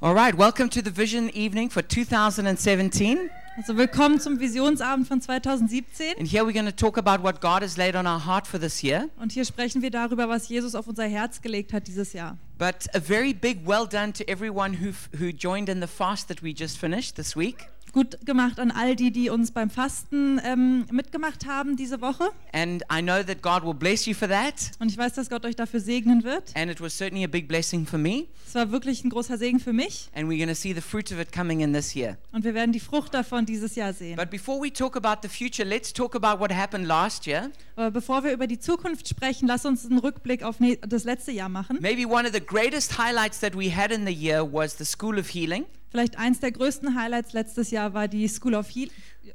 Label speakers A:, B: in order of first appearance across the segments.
A: All right, welcome to the Vision Evening for 2017.
B: Also willkommen zum Visionsabend von 2017.
A: And here we're going to talk about what God has laid on our heart for this year.
B: Und hier sprechen wir darüber, was Jesus auf unser Herz gelegt hat dieses Jahr.
A: But a very big well done to everyone who who joined in the fast that we just finished this week.
B: Gut gemacht an all die, die uns beim Fasten ähm, mitgemacht haben diese Woche.
A: And I know that God will bless you for that.
B: Und ich weiß, dass Gott euch dafür segnen wird.
A: And it was certainly a big blessing for me.
B: Es war wirklich ein großer Segen für mich.
A: And we're going to see the fruit of it coming in this year.
B: Und wir werden die Frucht davon dieses Jahr sehen.
A: But before we talk about the future, let's talk about what happened last year.
B: Aber bevor wir über die Zukunft sprechen, lass uns einen Rückblick auf ne- das letzte Jahr machen.
A: Maybe one of the greatest highlights that we had in the year was the School of Healing.
B: Vielleicht eins der größten Highlights letztes Jahr war die School of, Heal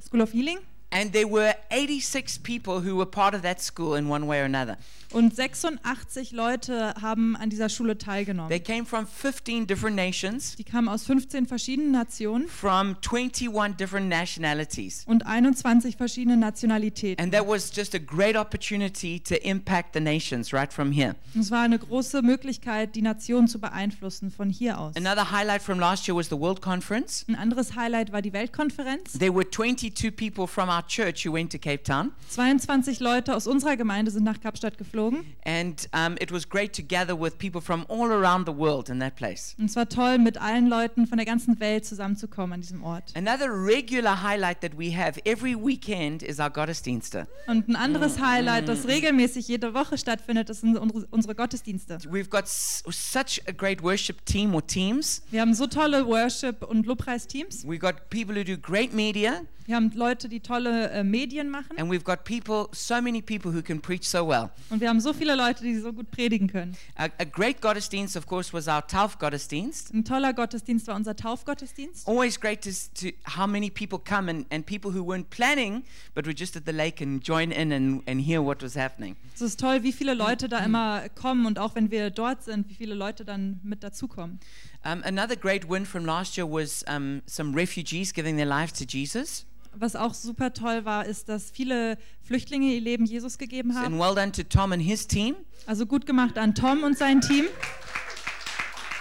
B: School of Healing.
A: And there were 86 people who were part of that school in one way or another.
B: Und 86 Leute haben an dieser Schule teilgenommen.
A: They came from 15 different nations,
B: Die kamen aus 15 verschiedenen Nationen
A: from 21 different nationalities.
B: und 21 verschiedenen Nationalitäten.
A: And that was just a great opportunity to impact the nations right from here.
B: Und es war eine große Möglichkeit, die Nation zu beeinflussen von hier aus.
A: Another highlight from last year was the World Conference.
B: Ein anderes Highlight war die Weltkonferenz.
A: There were 22 people from our church who went to Cape Town,
B: 22 Leute aus unserer Gemeinde sind nach Kapstadt geflogen.
A: and um, it was great to gather with people from all around the world in that place.
B: Und es war toll, mit allen Leuten von der ganzen Welt zusammenzukommen an diesem Ort.
A: Another regular highlight that we have every weekend is our Gottesdienste.
B: Und ein anderes Highlight, das regelmäßig jede Woche stattfindet, ist unsere, unsere Gottesdienste.
A: We've got s- such a great worship team or teams.
B: Wir haben so tolle Worship- und Lobpreisteams.
A: We've got people who do great media,
B: Wir haben Leute, die tolle äh, Medien machen.
A: and we've got people, so many people who can preach so well.
B: Und wir haben so viele Leute, die so gut predigen können.
A: A, a great Gottesdienst, of course, was our Tauf Gottesdienst.
B: Ein toller Gottesdienst war unser Taufgottesdienst.
A: Always great to, s- to how many people come and, and people who weren't planning but were just at the lake and join in and, and hear what was happening.
B: Es ist toll, wie viele Leute da immer kommen und auch wenn wir dort sind, wie viele Leute dann mit dazukommen.
A: Um, another great win from last year was um, some refugees giving their lives to Jesus.
B: Was auch super toll war, ist, dass viele Flüchtlinge ihr Leben Jesus gegeben haben.
A: And well done to Tom and his team.
B: Also gut gemacht an Tom und sein Team.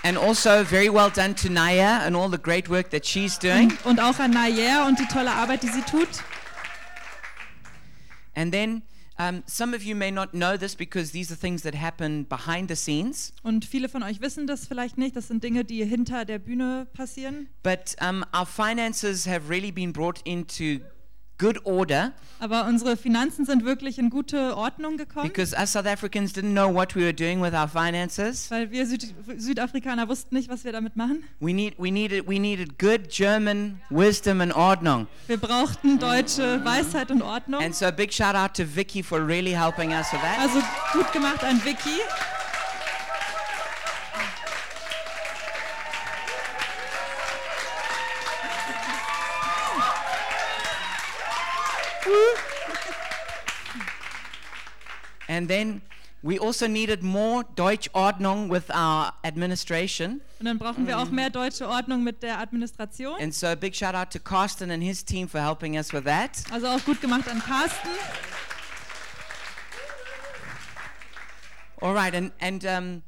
A: And also, very well done to Naya and all the great work that she's doing.
B: Und auch an Nayer und die tolle Arbeit, die sie tut.
A: And then, um, some of you may not know this because these are things that happen behind the scenes.
B: Und viele von euch wissen das vielleicht nicht. Das sind Dinge, die hinter der Bühne passieren.
A: But um, our finances have really been brought into good order
B: Aber unsere Finanzen sind wirklich in gute Ordnung gekommen.
A: because us South Africans didn't know what we were doing with our finances.
B: Weil wir Süd Südafrikaner wussten nicht, was wir damit machen.
A: We need, we needed, we needed good German wisdom and ordnung.
B: Wir brauchten deutsche Weisheit und Ordnung.
A: And so, a big shout out to Vicky for really helping us with that.
B: Also gut gemacht an Vicky.
A: And then we also needed more Deutsch Ordnung with our administration.
B: Und dann brauchen wir auch mehr deutsche Ordnung mit der Administration.
A: And so a big shout out to Carsten and his team for helping us with that.
B: Also auch gut gemacht an Carsten.
A: All right, and, and um,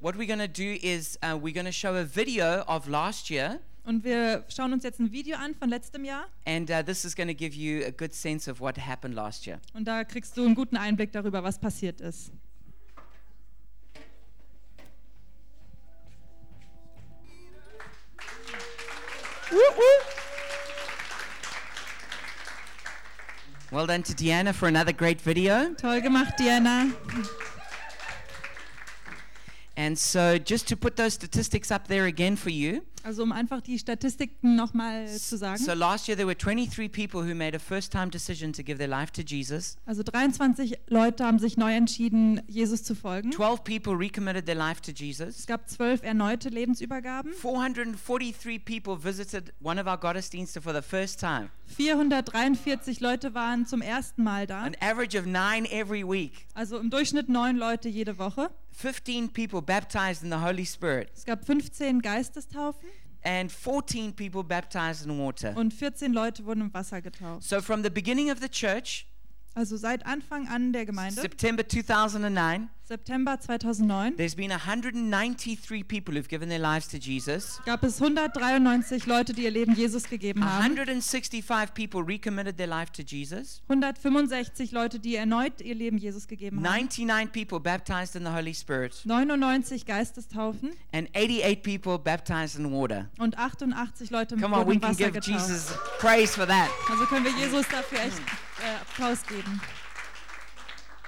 A: what we're going to do is uh, we're going to show a video of last year.
B: Und wir schauen uns jetzt ein Video an von letztem Jahr.
A: And uh, this is going to give you a good sense of what happened last year.
B: Und da kriegst du einen guten Einblick darüber, was passiert ist.
A: Well done to Deanna for another great video.
B: Toll gemacht, Diana.
A: And so, just to put those statistics up there again for you.
B: Also um einfach die Statistiken nochmal zu sagen.
A: So, last year there were 23 people who made a first time decision to give their life to Jesus.
B: Also 23 Leute haben sich neu entschieden, Jesus zu folgen.
A: 12 people recommitted their life to
B: Es
A: Jesus.
B: gab zwölf erneute Lebensübergaben.
A: 443 people visited one of our Gottesdienste for the first time.
B: 443 Leute waren zum ersten Mal da.
A: An average of nine every week.
B: Also im Durchschnitt neun Leute jede Woche.
A: 15 people baptized in the Holy Spirit.
B: Es gab 15 Geistestaufen
A: And 14 people baptized in water.
B: und 14 Leute wurden im Wasser getauft.
A: So, from the beginning of the church,
B: Also seit Anfang an der Gemeinde,
A: September 2009,
B: September 2009
A: There's been 193 people who've given their lives to Jesus.
B: gab es 193 Leute, die ihr Leben Jesus gegeben haben.
A: 165 people recommitted their life to Jesus.
B: 165 Leute, die erneut ihr Leben Jesus gegeben haben.
A: 99 people baptized in the Holy Spirit.
B: 99 Geistestaufen
A: And 88 people baptized in water.
B: und 88 Leute mit
A: Come
B: Boden
A: on, we
B: und
A: can
B: Wasser
A: give
B: getauft.
A: Jesus praise for that.
B: Also können wir Jesus dafür echt äh, Applaus geben.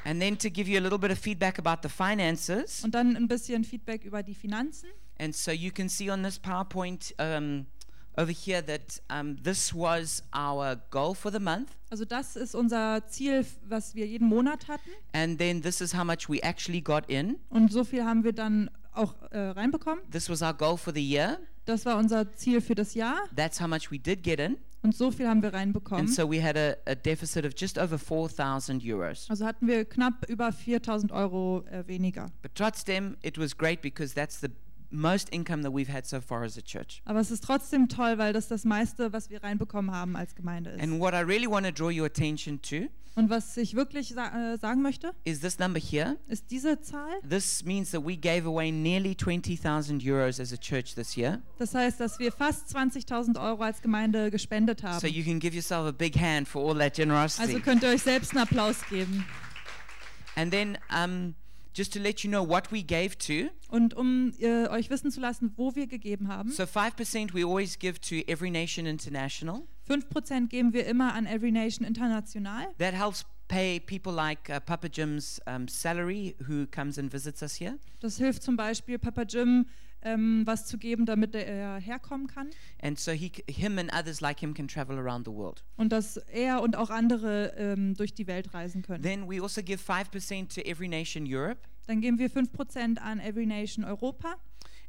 A: And then to give you a little bit of feedback about the finances.
B: Und dann ein bisschen Feedback über die Finanzen.
A: And so you can see on this PowerPoint um, over here that um, this was our goal for the month.
B: Also das ist unser Ziel, was wir jeden Monat hatten.
A: And then this is how much we actually got in.
B: Und so viel haben wir dann auch äh, reinbekommen.
A: This was our goal for the year.
B: Das war unser Ziel für das Jahr.
A: That's how much we did get in.
B: Und so viel haben wir
A: And
B: reinbekommen.
A: so we had a, a deficit of just over 4,000 euros.
B: Also hatten wir knapp über 4000 Euro äh, weniger.
A: But trotzdem, it was great because that's the most income that we've had so far as a church.
B: Aber es ist trotzdem toll, weil das das meiste, was wir reinbekommen haben als Gemeinde ist.
A: And what I really want to draw your attention to
B: Und was ich wirklich sa äh, sagen möchte,
A: is this number here.
B: ist diese Zahl.
A: This means that we gave away nearly 20,000 euros as a church this year.
B: Das heißt, dass wir fast 20.000 Euro als Gemeinde gespendet
A: So
B: haben.
A: you can give yourself a big hand for all that generosity.
B: Also könnt ihr euch selbst einen Applaus geben.
A: and then um, just to let you know what we gave to.
B: Und um äh, euch wissen zu lassen, wo wir gegeben haben,
A: So 5% we always give to Every Nation International.
B: 5% geben wir immer an Every Nation International.
A: That helps pay people like uh, Papa Jim's um, salary who comes and visits us here.
B: Das hilft zum Beispiel Papa Jim, ähm, was zu geben, damit er herkommen kann.
A: And so he, c- him and others like him can travel around the world.
B: Und dass er und auch andere ähm, durch die Welt reisen können.
A: Then we also give 5% to Every Nation Europe.
B: Dann geben wir 5% an Every Nation Europa.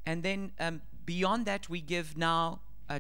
A: And then um, beyond that, we give now uh,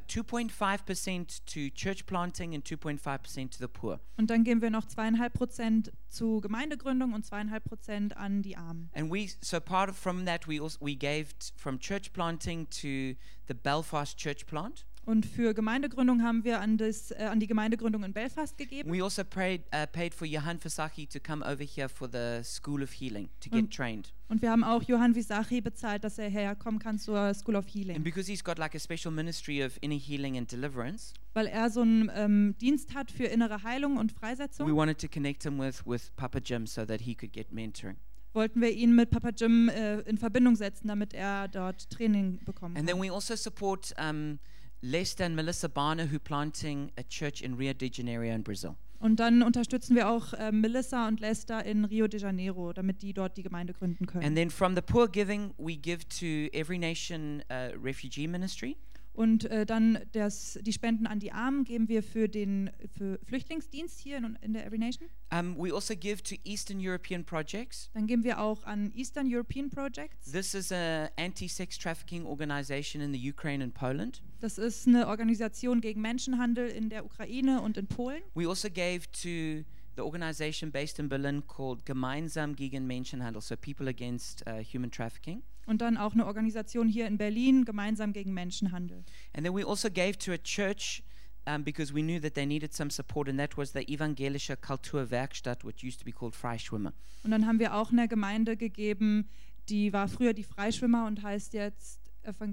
A: 2.5% to church planting and 2.5% to the poor.
B: Und dann geben wir noch 2,5% zu Gemeindegründung und 2,5% an die Armen.
A: And we so part of from that we also we gave t- from church planting to the Belfast church plant.
B: Und für Gemeindegründung haben wir an, das, äh, an die Gemeindegründung in Belfast gegeben.
A: We also prayed, uh, paid for Johan Fasaki to come over here for the School of Healing to get
B: Mm.
A: trained.
B: Und wir haben auch Johann Visachi bezahlt, dass er herkommen kann zur School of
A: And
B: Healing.
A: because he's got like a special ministry of inner healing and deliverance,
B: Weil er so einen ähm, Dienst hat für innere Heilung und
A: we
B: Freisetzung,
A: wanted to connect him with with Papa Jim so that he could get mentoring.
B: wollten wir ihn mit Papa Jim äh, in Verbindung setzen, damit er dort Training bekommt.
A: And then we also support um, Lester and Melissa Barner who planting a church in Rio de Janeiro in Brazil.
B: Und dann unterstützen wir auch äh, Melissa und Lester in Rio de Janeiro, damit die dort die Gemeinde gründen können.
A: And then from the poor giving, we give to Every Nation uh, Refugee Ministry.
B: Und äh, dann das, die Spenden an die Armen geben wir für den für Flüchtlingsdienst hier in, in der Every Nation.
A: Um, we also give to Eastern European projects.
B: Dann geben wir auch an Eastern European Projects.
A: This is an anti-sex trafficking organization in the Ukraine and Poland.
B: Das ist eine Organisation gegen Menschenhandel in der Ukraine und in Polen.
A: We also gave to the organization based in Berlin called Gemeinsam gegen Menschenhandel, so people against uh, human trafficking.
B: Und dann auch eine Organisation hier in Berlin, gemeinsam gegen Menschenhandel.
A: And then we also gave to a church um, because we knew that they needed some support, and that was the Evangelische Kulturwerkstatt, which used to be called Freischwimmer.
B: Und dann haben wir auch einer Gemeinde gegeben, die war früher die Freischwimmer und heißt jetzt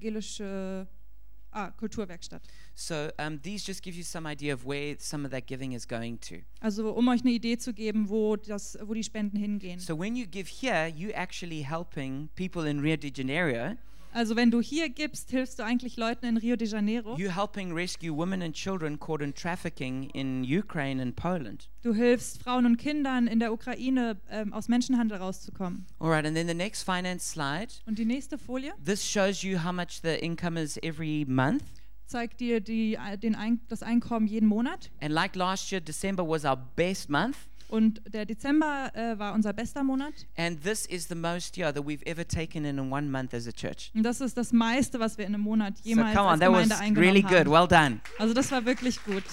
B: evangelische ah, Kulturwerkstatt.
A: So um, these just give you some idea of where some of that giving is going to.
B: Also um euch eine Idee zu geben, wo, das, wo die Spenden hingehen.
A: So when you give here, you actually helping people in Rio de Janeiro.
B: Also wenn du hier gibst, hilfst du eigentlich Leuten in Rio de Janeiro.
A: You helping rescue women and children caught in trafficking in Ukraine and Poland.
B: Du hilfst Frauen und Kindern in der Ukraine ähm, aus Menschenhandel rauszukommen.
A: All right, and then the next finance slide.
B: Und die nächste Folie
A: This shows you how much the income is every month.
B: zeigt dir die, den Ein das Einkommen jeden Monat.
A: And like last year, December was our best month.
B: Und der Dezember äh, war unser bester Monat.
A: And this is the most yeah that we've ever taken in in one month as a church.
B: Und das ist das meiste, was wir in einem Monat
A: so
B: jemals
A: come on,
B: als
A: that was
B: Gemeinde eingenommen
A: really
B: haben.
A: good. Well done.
B: Also das war wirklich gut.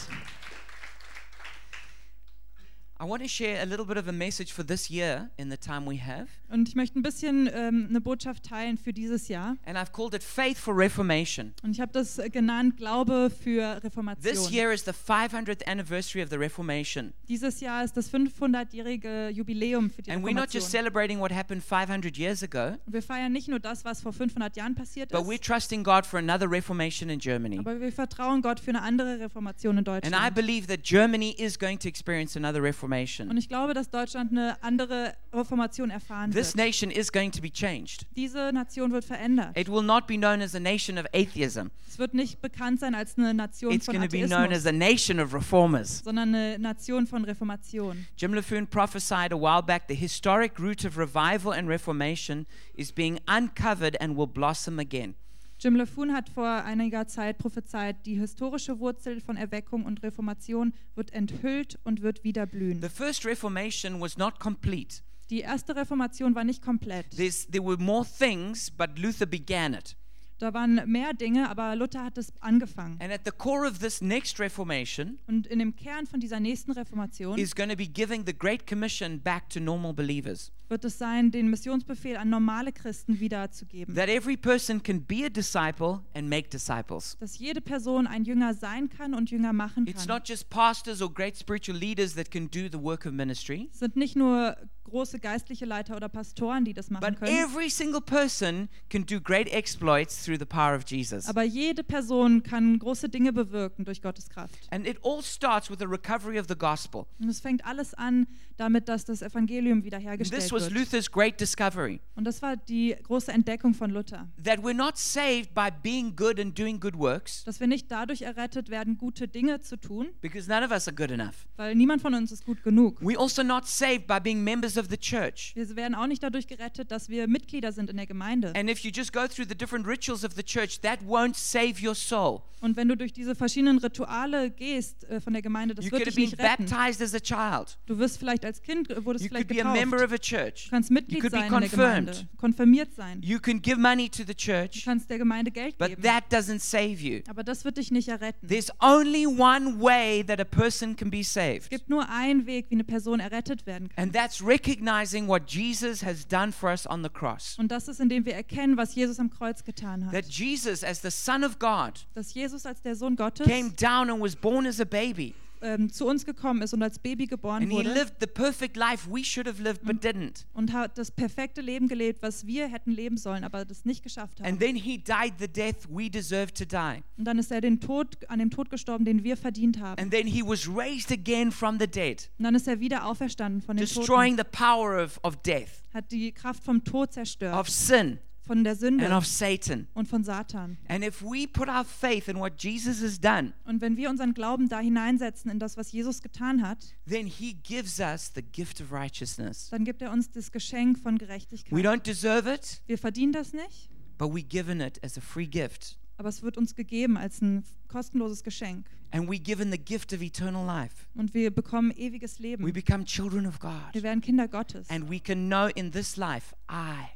A: I want to share a little bit of a message for this year in the time we have.
B: Und Und ich möchte ein bisschen ähm, eine Botschaft teilen für dieses Jahr.
A: And I've called it Faith for Reformation.
B: Und ich habe das äh, genannt Glaube für
A: This
B: Reformation.
A: year is the 500th anniversary of the Reformation.
B: Dieses Jahr ist das 500-jährige Jubiläum für die
A: And we're not just
B: Reformation.
A: celebrating what happened 500 years ago,
B: Und wir feiern nicht nur das, was vor 500 Jahren passiert
A: but we're
B: ist,
A: trusting God for another Reformation in Germany.
B: aber wir vertrauen Gott für eine andere Reformation
A: And
B: in
A: I
B: Deutschland.
A: believe that Germany is going to experience another
B: Und
A: Reformation.
B: ich glaube, dass Deutschland eine andere Reformation erfahren
A: This
B: wird.
A: nation is going to be changed.
B: Diese Nation wird verändert.
A: It will not be known as a nation of atheism.
B: Es wird nicht bekannt sein als eine Nation
A: It's
B: von
A: going to be known as
B: Atheismus,
A: a nation of reformers.
B: sondern eine Nation von Reformation.
A: Jim LaFoon prophesied a while back the historic root of revival and reformation is being uncovered and will blossom again.
B: Jim LeFoon hat vor einiger Zeit prophezeit, die historische Wurzel von Erweckung und Reformation wird enthüllt und wird wieder blühen.
A: The first reformation was not complete.
B: Die erste Reformation war nicht komplett.
A: There's, there were more things, but Luther began it.
B: Da waren mehr Dinge, aber Luther hat es angefangen.
A: And at the core of this next reformation
B: Und in dem Kern von dieser nächsten Reformation
A: is going to be giving the Great Commission back to normal believers.
B: wird es sein, den Missionsbefehl an normale Christen wiederzugeben.
A: That every person can be a disciple and make disciples.
B: Dass jede Person ein Jünger sein kann und Jünger machen
A: It's
B: kann.
A: not just pastors or great spiritual leaders that can do the work of ministry,
B: Es sind nicht nur große geistliche Leiter oder Pastoren, die das machen
A: but
B: können,
A: every single person can do great exploits through the power of Jesus.
B: aber jede Person kann große Dinge bewirken durch Gottes Kraft.
A: And it all starts with the recovery of the gospel.
B: Und es fängt alles an damit, dass das Evangelium
A: And
B: wiederhergestellt
A: this was
B: wird.
A: Luther's great discovery
B: Und das war die große Entdeckung von Luther,
A: that we're not saved by being good and doing good works
B: dass wir nicht dadurch errettet werden, gute Dinge zu tun,
A: because none of us are good enough.
B: weil niemand von uns ist gut genug.
A: We're also not saved by being members of the church.
B: Wir werden auch nicht dadurch gerettet, dass wir Mitglieder sind in der Gemeinde.
A: And if you just go through the different rituals of the church, that won't save your soul.
B: Und wenn du durch diese verschiedenen Rituale gehst äh, von der Gemeinde, das
A: You
B: wird
A: could have
B: dich
A: been
B: nicht retten.
A: baptized as a child.
B: Du wirst vielleicht als Kind, äh, wurdest
A: You
B: vielleicht
A: could be a member of
B: getauft.
A: a church.
B: Du kannst
A: You
B: Mitglied
A: could be
B: sein in der Gemeinde,
A: confirmed.
B: konfirmiert sein.
A: You can give money to the
B: Du
A: church,
B: kannst der Gemeinde Geld
A: but
B: geben.
A: that doesn't save you.
B: Aber das wird dich nicht erretten. Es
A: There's only one way that a person can be saved,
B: gibt nur einen Weg, wie eine Person errettet werden kann.
A: and that's recognizing what Jesus has done for us on the cross.
B: Und das ist, indem wir erkennen, was Jesus am Kreuz getan
A: That
B: hat.
A: Jesus, as the Son of God,
B: Dass Jesus als der Sohn Gottes
A: came down and was born as a baby,
B: ähm, zu uns gekommen ist und als Baby geboren
A: and he
B: wurde
A: lived the perfect life we should have lived but didn't.
B: und hat das perfekte Leben gelebt, was wir hätten leben sollen, aber das nicht geschafft haben.
A: And then he died the death we deserve to die.
B: Und dann ist er den Tod, an dem Tod gestorben, den wir verdient haben.
A: And then he was raised again from the dead,
B: Und dann ist er wieder auferstanden von den Toten,
A: destroying the power of, of death,
B: hat die Kraft vom Tod zerstört,
A: of sin,
B: von der
A: and
B: Sünde
A: of Satan.
B: und von Satan.
A: And if we put our faith in what Jesus has done,
B: Und wenn wir unseren Glauben da hineinsetzen in das, was Jesus getan hat,
A: then he gives us the gift of righteousness.
B: dann gibt er uns das Geschenk von
A: We
B: Gerechtigkeit.
A: don't deserve it,
B: Wir verdienen das nicht,
A: but we're given it as a free gift.
B: aber es wird uns gegeben als ein kostenloses Geschenk.
A: And we're given the gift of eternal life.
B: Und wir bekommen ewiges
A: We
B: Leben.
A: become children of
B: Wir
A: God.
B: werden Kinder Gottes.
A: And we can know in this life, I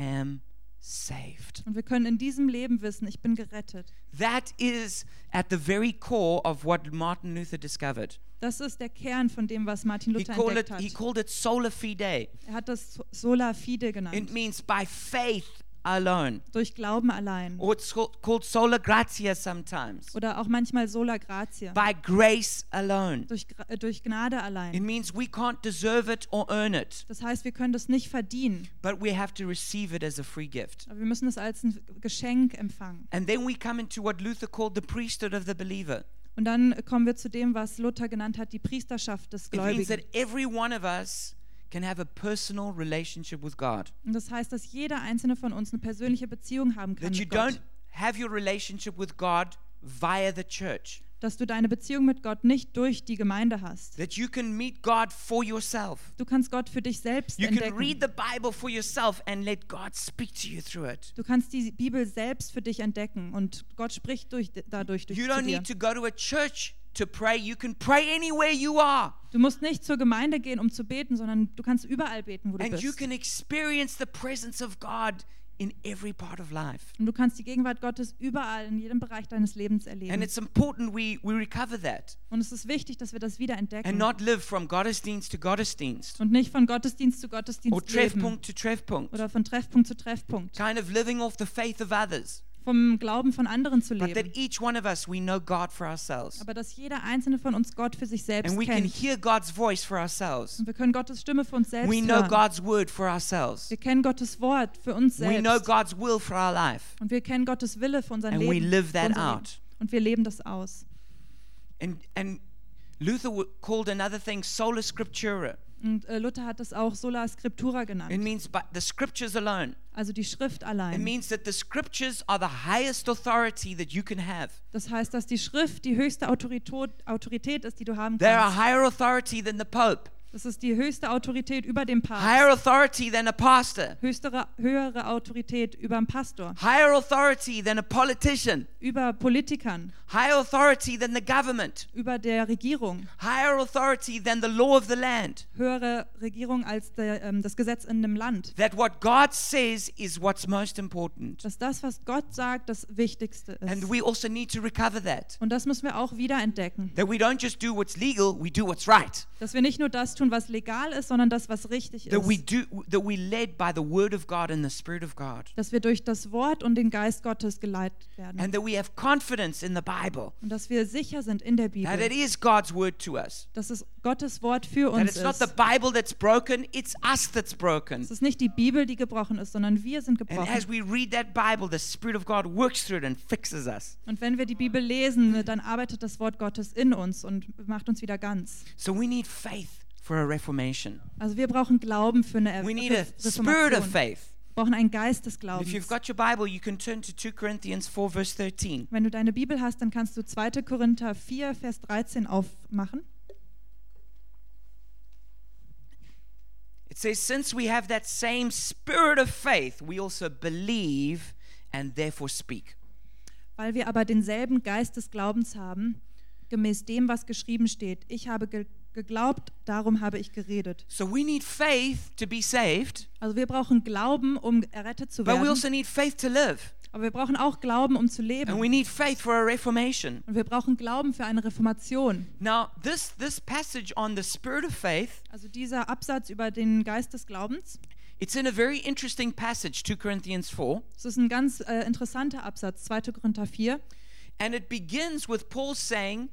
A: am saved.
B: Und wir können in diesem Leben wissen, ich bin gerettet.
A: That is at the very core of what Martin Luther discovered.
B: Das ist der Kern von dem, was Martin
A: He
B: Luther
A: called it,
B: entdeckt hat.
A: he called it sola fide.
B: Er hat das Sola Fide
A: It
B: genannt,
A: means by faith alone.
B: durch Glauben allein.
A: Or it's called, called sola gratia sometimes.
B: Oder auch manchmal Sola Gratia,
A: By grace alone.
B: durch, Gra- äh, durch Gnade
A: It
B: allein.
A: means we can't deserve it or earn it,
B: Das heißt, wir können das nicht verdienen,
A: but we have to receive it as a free gift.
B: aber wir müssen es als ein Geschenk empfangen.
A: And then we come into what Luther called the priesthood of the believer.
B: Und dann kommen wir zu dem, was Luther genannt hat, die Priesterschaft des
A: It means that
B: Gläubigen.
A: every one of us can have a personal relationship with God.
B: Und das heißt, dass jeder einzelne von uns eine persönliche Beziehung haben kann
A: That you
B: mit
A: don't
B: Gott.
A: have your relationship with God via the church.
B: Dass du deine Beziehung mit Gott nicht durch die Gemeinde hast.
A: That you can meet God for yourself.
B: Du kannst Gott für dich selbst
A: You can read
B: entdecken.
A: the Bible for yourself and let God speak to you through it.
B: Du kannst die Bibel selbst für dich entdecken und Gott spricht durch, dadurch durch
A: You
B: zu
A: don't
B: dir.
A: need to go to a church to pray. You can pray anywhere you are.
B: Du musst nicht zur Gemeinde gehen, um zu beten, sondern du kannst überall beten, wo du
A: And you
B: bist.
A: can experience the presence of God in every part of life.
B: Und du kannst die Gegenwart Gottes überall in jedem Bereich deines Lebens
A: And
B: erleben.
A: it's important we, we recover that
B: Und es ist wichtig, dass wir das
A: and
B: wiederentdecken
A: not live from Gottesdienst to Gottesdienst
B: und nicht von Gottesdienst zu
A: or
B: Gottesdienst leben
A: Treffpunkt to Treffpunkt,
B: oder von Treffpunkt zu Treffpunkt,
A: kind of living off the faith of others,
B: vom Glauben von anderen zu
A: but
B: leben.
A: that each one of us, we know God for ourselves
B: Aber dass jeder einzelne von uns Gott für sich selbst
A: and we can
B: kennt.
A: hear God's voice for ourselves.
B: Und wir können Gottes Stimme für uns selbst
A: We know
B: hören.
A: God's word for ourselves.
B: Wir kennen Gottes Wort für uns
A: We know
B: selbst.
A: God's will for our life.
B: Und wir kennen Gottes Wille für unser
A: And we
B: Leben.
A: live
B: für
A: that
B: unser
A: out.
B: Leben. Und wir leben das aus.
A: And, and Luther w- called another thing sola scriptura.
B: Und äh, Luther hat das auch Sola Scriptura
A: It
B: genannt,
A: means but the scriptures alone.
B: also die Schrift
A: It
B: allein.
A: means that the scriptures are the highest authority that you can have.
B: Das heißt, dass die Schrift die höchste Autorität, Autorität ist, die du haben
A: They're a
B: kannst.
A: higher authority than the Pope,
B: Das ist die höchste Autorität über dem
A: higher
B: Papst,
A: authority than a pastor,
B: höchstere, höhere Autorität über dem Pastor,
A: higher authority than a politician,
B: über Politikern,
A: higher authority than the government,
B: über der Regierung,
A: higher authority than the law of the land.
B: höhere Regierung als der, ähm, das Gesetz in einem Land.
A: That what God says is what's most important.
B: Dass das, was Gott sagt, das Wichtigste ist.
A: And we also need to recover that.
B: Und das müssen wir auch wiederentdecken.
A: That we don't just do what's legal, we do what's right.
B: Dass wir nicht nur das tun, was legal ist, sondern das, was richtig
A: That we
B: ist.
A: do that we led by the word of God and the spirit of God.
B: Dass wir durch das Wort und den Geist Gottes geleitet werden.
A: And that we have confidence in the Bible.
B: Und dass wir sicher sind in der
A: That it
B: Bibel.
A: is God's word to us.
B: Dass es Gottes Wort für
A: That
B: uns
A: it's not the
B: ist.
A: Bible that's broken, it's us that's broken.
B: Es ist nicht die Bibel, die gebrochen ist, sondern wir sind
A: And as
B: gebrochen.
A: we read that Bible, the Spirit of God works through it and fixes us.
B: Und wenn wir die Bibel lesen, dann arbeitet das Wort Gottes in uns und macht uns wieder ganz.
A: So we need faith for a reformation.
B: Also wir brauchen Glauben für eine
A: We
B: Erweckung.
A: need a spirit of
B: Wir
A: faith.
B: brauchen einen Geist des
A: If you've
B: Glaubens.
A: got your Bible, you can turn to 2 Corinthians 4, verse 13.
B: Wenn du deine Bibel hast, dann kannst du 2. Korinther 4, Vers 13 aufmachen.
A: It says, Since we have that same spirit of faith, we also believe and therefore speak.
B: Weil wir aber denselben Geist des Glaubens haben, gemäß dem, was geschrieben steht. Ich habe ge geglaubt, darum habe ich geredet.
A: So we need faith to be saved,
B: Also wir brauchen Glauben, um errettet zu
A: but we
B: werden.
A: also need faith to live.
B: Aber wir brauchen auch Glauben, um zu
A: And
B: leben.
A: we need faith for a reformation.
B: Und wir brauchen Glauben für eine Reformation.
A: Now, this, this passage on the spirit of faith,
B: Also dieser Absatz über den Geist des Glaubens,
A: it's in a very interesting passage, 2 Corinthians 4.
B: das ist ein ganz äh, interessanter Absatz, 2. Korinther 4.
A: And it begins with Paul saying,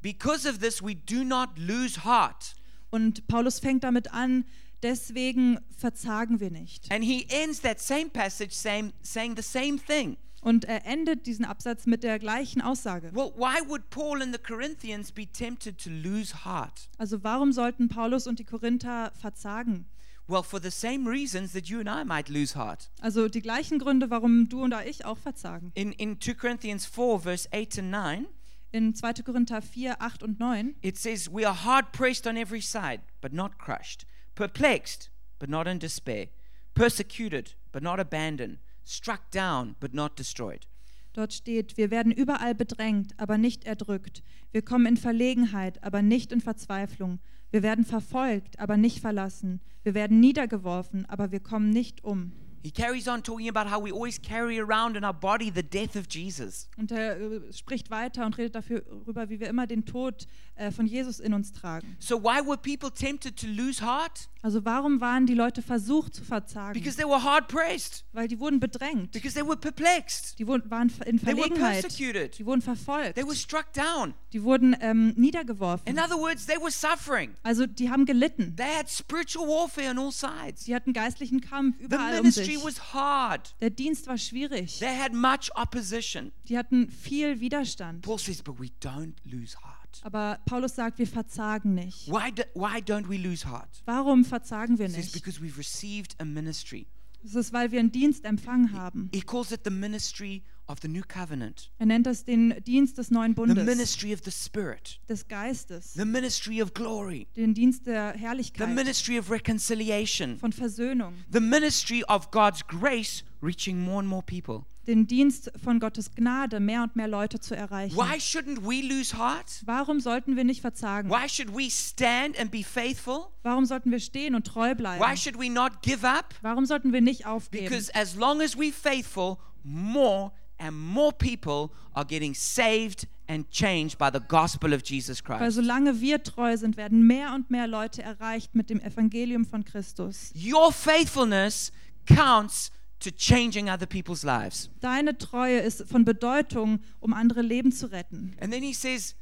A: Because of this, we do not lose heart.
B: Und Paulus fängt damit an, deswegen verzagen wir nicht.
A: And he ends that same passage same, saying the same thing.
B: Und er endet diesen Absatz mit der gleichen Aussage.
A: Well, why would Paul and the Corinthians be tempted to lose heart?
B: Also warum sollten Paulus und die Korinther verzagen?
A: Well, for the same reasons that you and I might lose heart.
B: Also die gleichen Gründe, warum du und ich auch verzagen.
A: In, in 2 Corinthians 4, verse 8 and 9,
B: In 2. Korinther 4, 8 und 9.
A: it says, We are hard pressed on every side, but not crushed, perplexed, but not in despair, persecuted, but not abandoned, struck down, but not destroyed.
B: Dort steht, wir werden überall bedrängt, aber nicht erdrückt. Wir kommen in Verlegenheit, aber nicht in Verzweiflung. Wir werden verfolgt, aber nicht verlassen. Wir werden niedergeworfen, aber wir kommen nicht um.
A: He carries on talking about how we always carry around in our body the death of Jesus.
B: Und er äh, spricht weiter und redet dafür- darüber, wie wir immer den Tod äh, von Jesus in uns tragen.
A: So, why were people tempted to lose heart?
B: Also warum waren die Leute versucht zu verzagen?
A: Because they were hard pressed,
B: Weil die wurden bedrängt.
A: because they were perplexed.
B: Die wurden, waren ver- in
A: They were
B: Verlegenheit.
A: persecuted.
B: Die wurden verfolgt.
A: They were struck down.
B: Die wurden ähm,
A: In
B: niedergeworfen.
A: other words, they were suffering.
B: Also die haben gelitten.
A: They had spiritual warfare on all sides.
B: Sie hatten geistlichen Kampf
A: The
B: überall um
A: ministry
B: sich.
A: was hard.
B: Der Dienst war schwierig.
A: They had much opposition.
B: Die hatten viel Widerstand.
A: Paul says, but we don't lose heart.
B: Aber Paulus sagt, wir verzagen nicht.
A: Why, do, why don't we lose heart?
B: Warum verzagen wir
A: He says,
B: nicht?
A: because we've received a ministry.
B: Es ist, weil wir einen Dienst empfangen haben.
A: He calls it the ministry of the new covenant,
B: Er nennt das den Dienst des neuen
A: the
B: Bundes,
A: ministry of the Spirit,
B: des Geistes,
A: the ministry of glory,
B: den Dienst der
A: the
B: Herrlichkeit,
A: ministry of reconciliation,
B: von Versöhnung,
A: the ministry of God's grace reaching more and more people.
B: den Dienst von Gottes Gnade, mehr und mehr Leute zu erreichen.
A: Why shouldn't we lose heart?
B: Warum sollten wir nicht verzagen?
A: Why should we stand and be faithful?
B: Warum sollten wir stehen und treu bleiben?
A: Why should we not give up?
B: Warum sollten wir nicht aufgeben?
A: Because as long as we're faithful, more and more people are getting saved and changed by the gospel of Jesus
B: Weil
A: Christ.
B: solange wir treu sind, werden mehr und mehr Leute erreicht mit dem Evangelium von Christus.
A: Your faithfulness counts to changing other people's lives.
B: Deine Treue ist von Bedeutung, um andere Leben zu retten.
A: And then he says,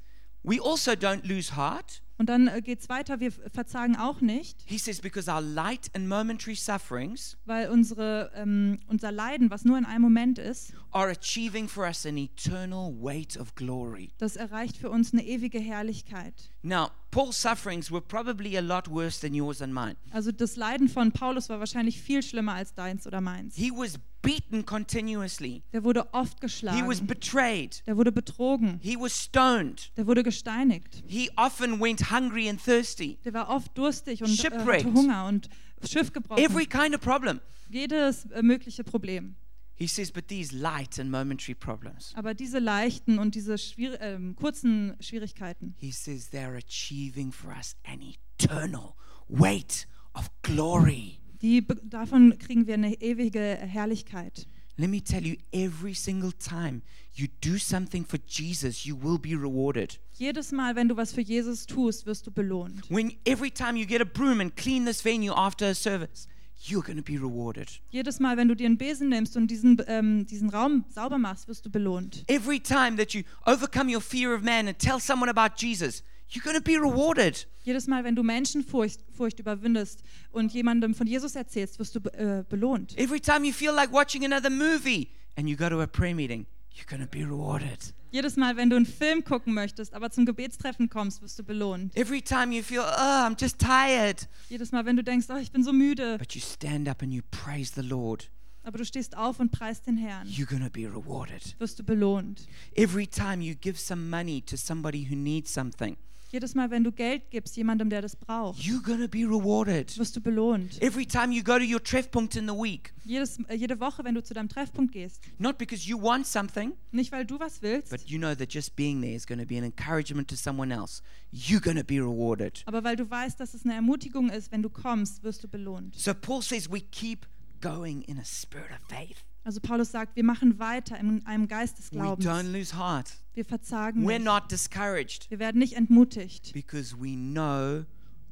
A: we also don't lose heart.
B: Und dann äh, geht's weiter, wir verzagen auch nicht,
A: He says, because our light and momentary sufferings
B: weil unsere, ähm, unser Leiden, was nur in einem Moment ist,
A: are achieving for us an eternal weight of glory.
B: das erreicht für uns eine ewige Herrlichkeit.
A: Now, Paul's sufferings were probably a lot worse than yours and mine.
B: Also das Leiden von Paulus war wahrscheinlich viel schlimmer als deins oder meins.
A: He was beaten continuously,
B: Der wurde oft
A: he was
B: geschlagen,
A: betrayed,
B: der wurde betrogen,
A: he was stoned.
B: der wurde gesteinigt,
A: He often went hungry and thirsty.
B: der war oft durstig und äh,
A: Shipwrecked.
B: hatte Hunger und Schiff gebrochen.
A: Every kind of problem.
B: jedes äh, mögliche Problem.
A: He says, but these light and momentary problems,
B: Aber diese leichten und diese schwier ähm, kurzen Schwierigkeiten,
A: he says, they're achieving for us an eternal weight of glory.
B: die be- davon kriegen wir eine ewige Herrlichkeit.
A: Let me tell you, every single time you do something for Jesus, you will be rewarded.
B: Jedes Mal, wenn du was für Jesus tust, wirst du belohnt.
A: When every time you get a broom and clean this venue after a service, you're going to be rewarded.
B: Jedes Mal, wenn du dir einen Besen nimmst und diesen, ähm, diesen Raum sauber machst, wirst du belohnt.
A: Every time that you overcome your fear of man and tell someone about Jesus, you're going to be rewarded.
B: Jedes Mal, wenn du Menschenfurcht Furcht überwindest und jemandem von Jesus erzählst, wirst du be äh, belohnt.
A: Every time you feel like watching another movie and you go to a prayer meeting, you're going to be rewarded.
B: Jedes Mal, wenn du einen Film gucken möchtest, aber zum Gebetstreffen kommst, wirst du belohnt.
A: Every time you feel, oh, I'm just tired,
B: Jedes Mal, wenn du denkst, oh, ich bin so müde,
A: but you stand up and you praise the Lord,
B: aber du stehst auf und preist den Herrn.
A: you're going to be rewarded.
B: wirst du belohnt.
A: Every time you give some money to somebody who needs something,
B: Jedes Mal, wenn du Geld gibst jemandem, der das braucht,
A: you're going to be rewarded.
B: wirst du belohnt.
A: Every time you go to your Treffpunkt in the week,
B: Jedes, äh, jede Woche, wenn du zu deinem Treffpunkt gehst,
A: not because you want something,
B: nicht weil du was willst,
A: but you know that just being there is going to be an encouragement to someone else, you're going to be rewarded.
B: aber weil du weißt, dass es eine Ermutigung ist, wenn du kommst, wirst du belohnt.
A: So Paul says we keep going in a spirit of faith.
B: Also Paulus sagt, wir machen weiter in einem Geist des
A: We
B: Glaubens.
A: don't lose heart.
B: Wir verzagen
A: We're
B: nicht.
A: not discouraged
B: Wir werden nicht entmutigt,
A: because we know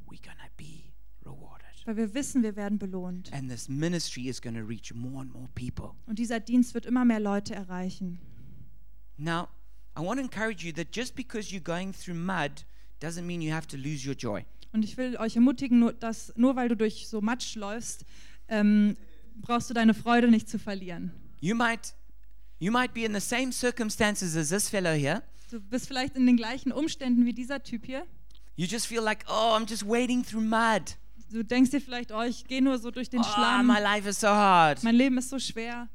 A: we're going to be rewarded.
B: weil wir wissen, wir werden belohnt.
A: And this ministry is going to reach more and more people.
B: Und dieser Dienst wird immer mehr Leute erreichen.
A: Now, I want to encourage you that just because you're going through mud doesn't mean you have to lose your joy.
B: Und ich will euch ermutigen, nur, dass nur weil du durch so Matsch läufst, ähm, brauchst du deine Freude nicht zu verlieren.
A: You might you might be in the same circumstances as this fellow here.
B: Du bist vielleicht in den gleichen Umständen wie dieser Typ hier.
A: You just feel like, "Oh, I'm just wading through mud.
B: Du denkst dir vielleicht, oh, ich gehe nur so durch den
A: Oh,
B: Schlamm.
A: my life is so hard.
B: Mein Leben ist so schwer.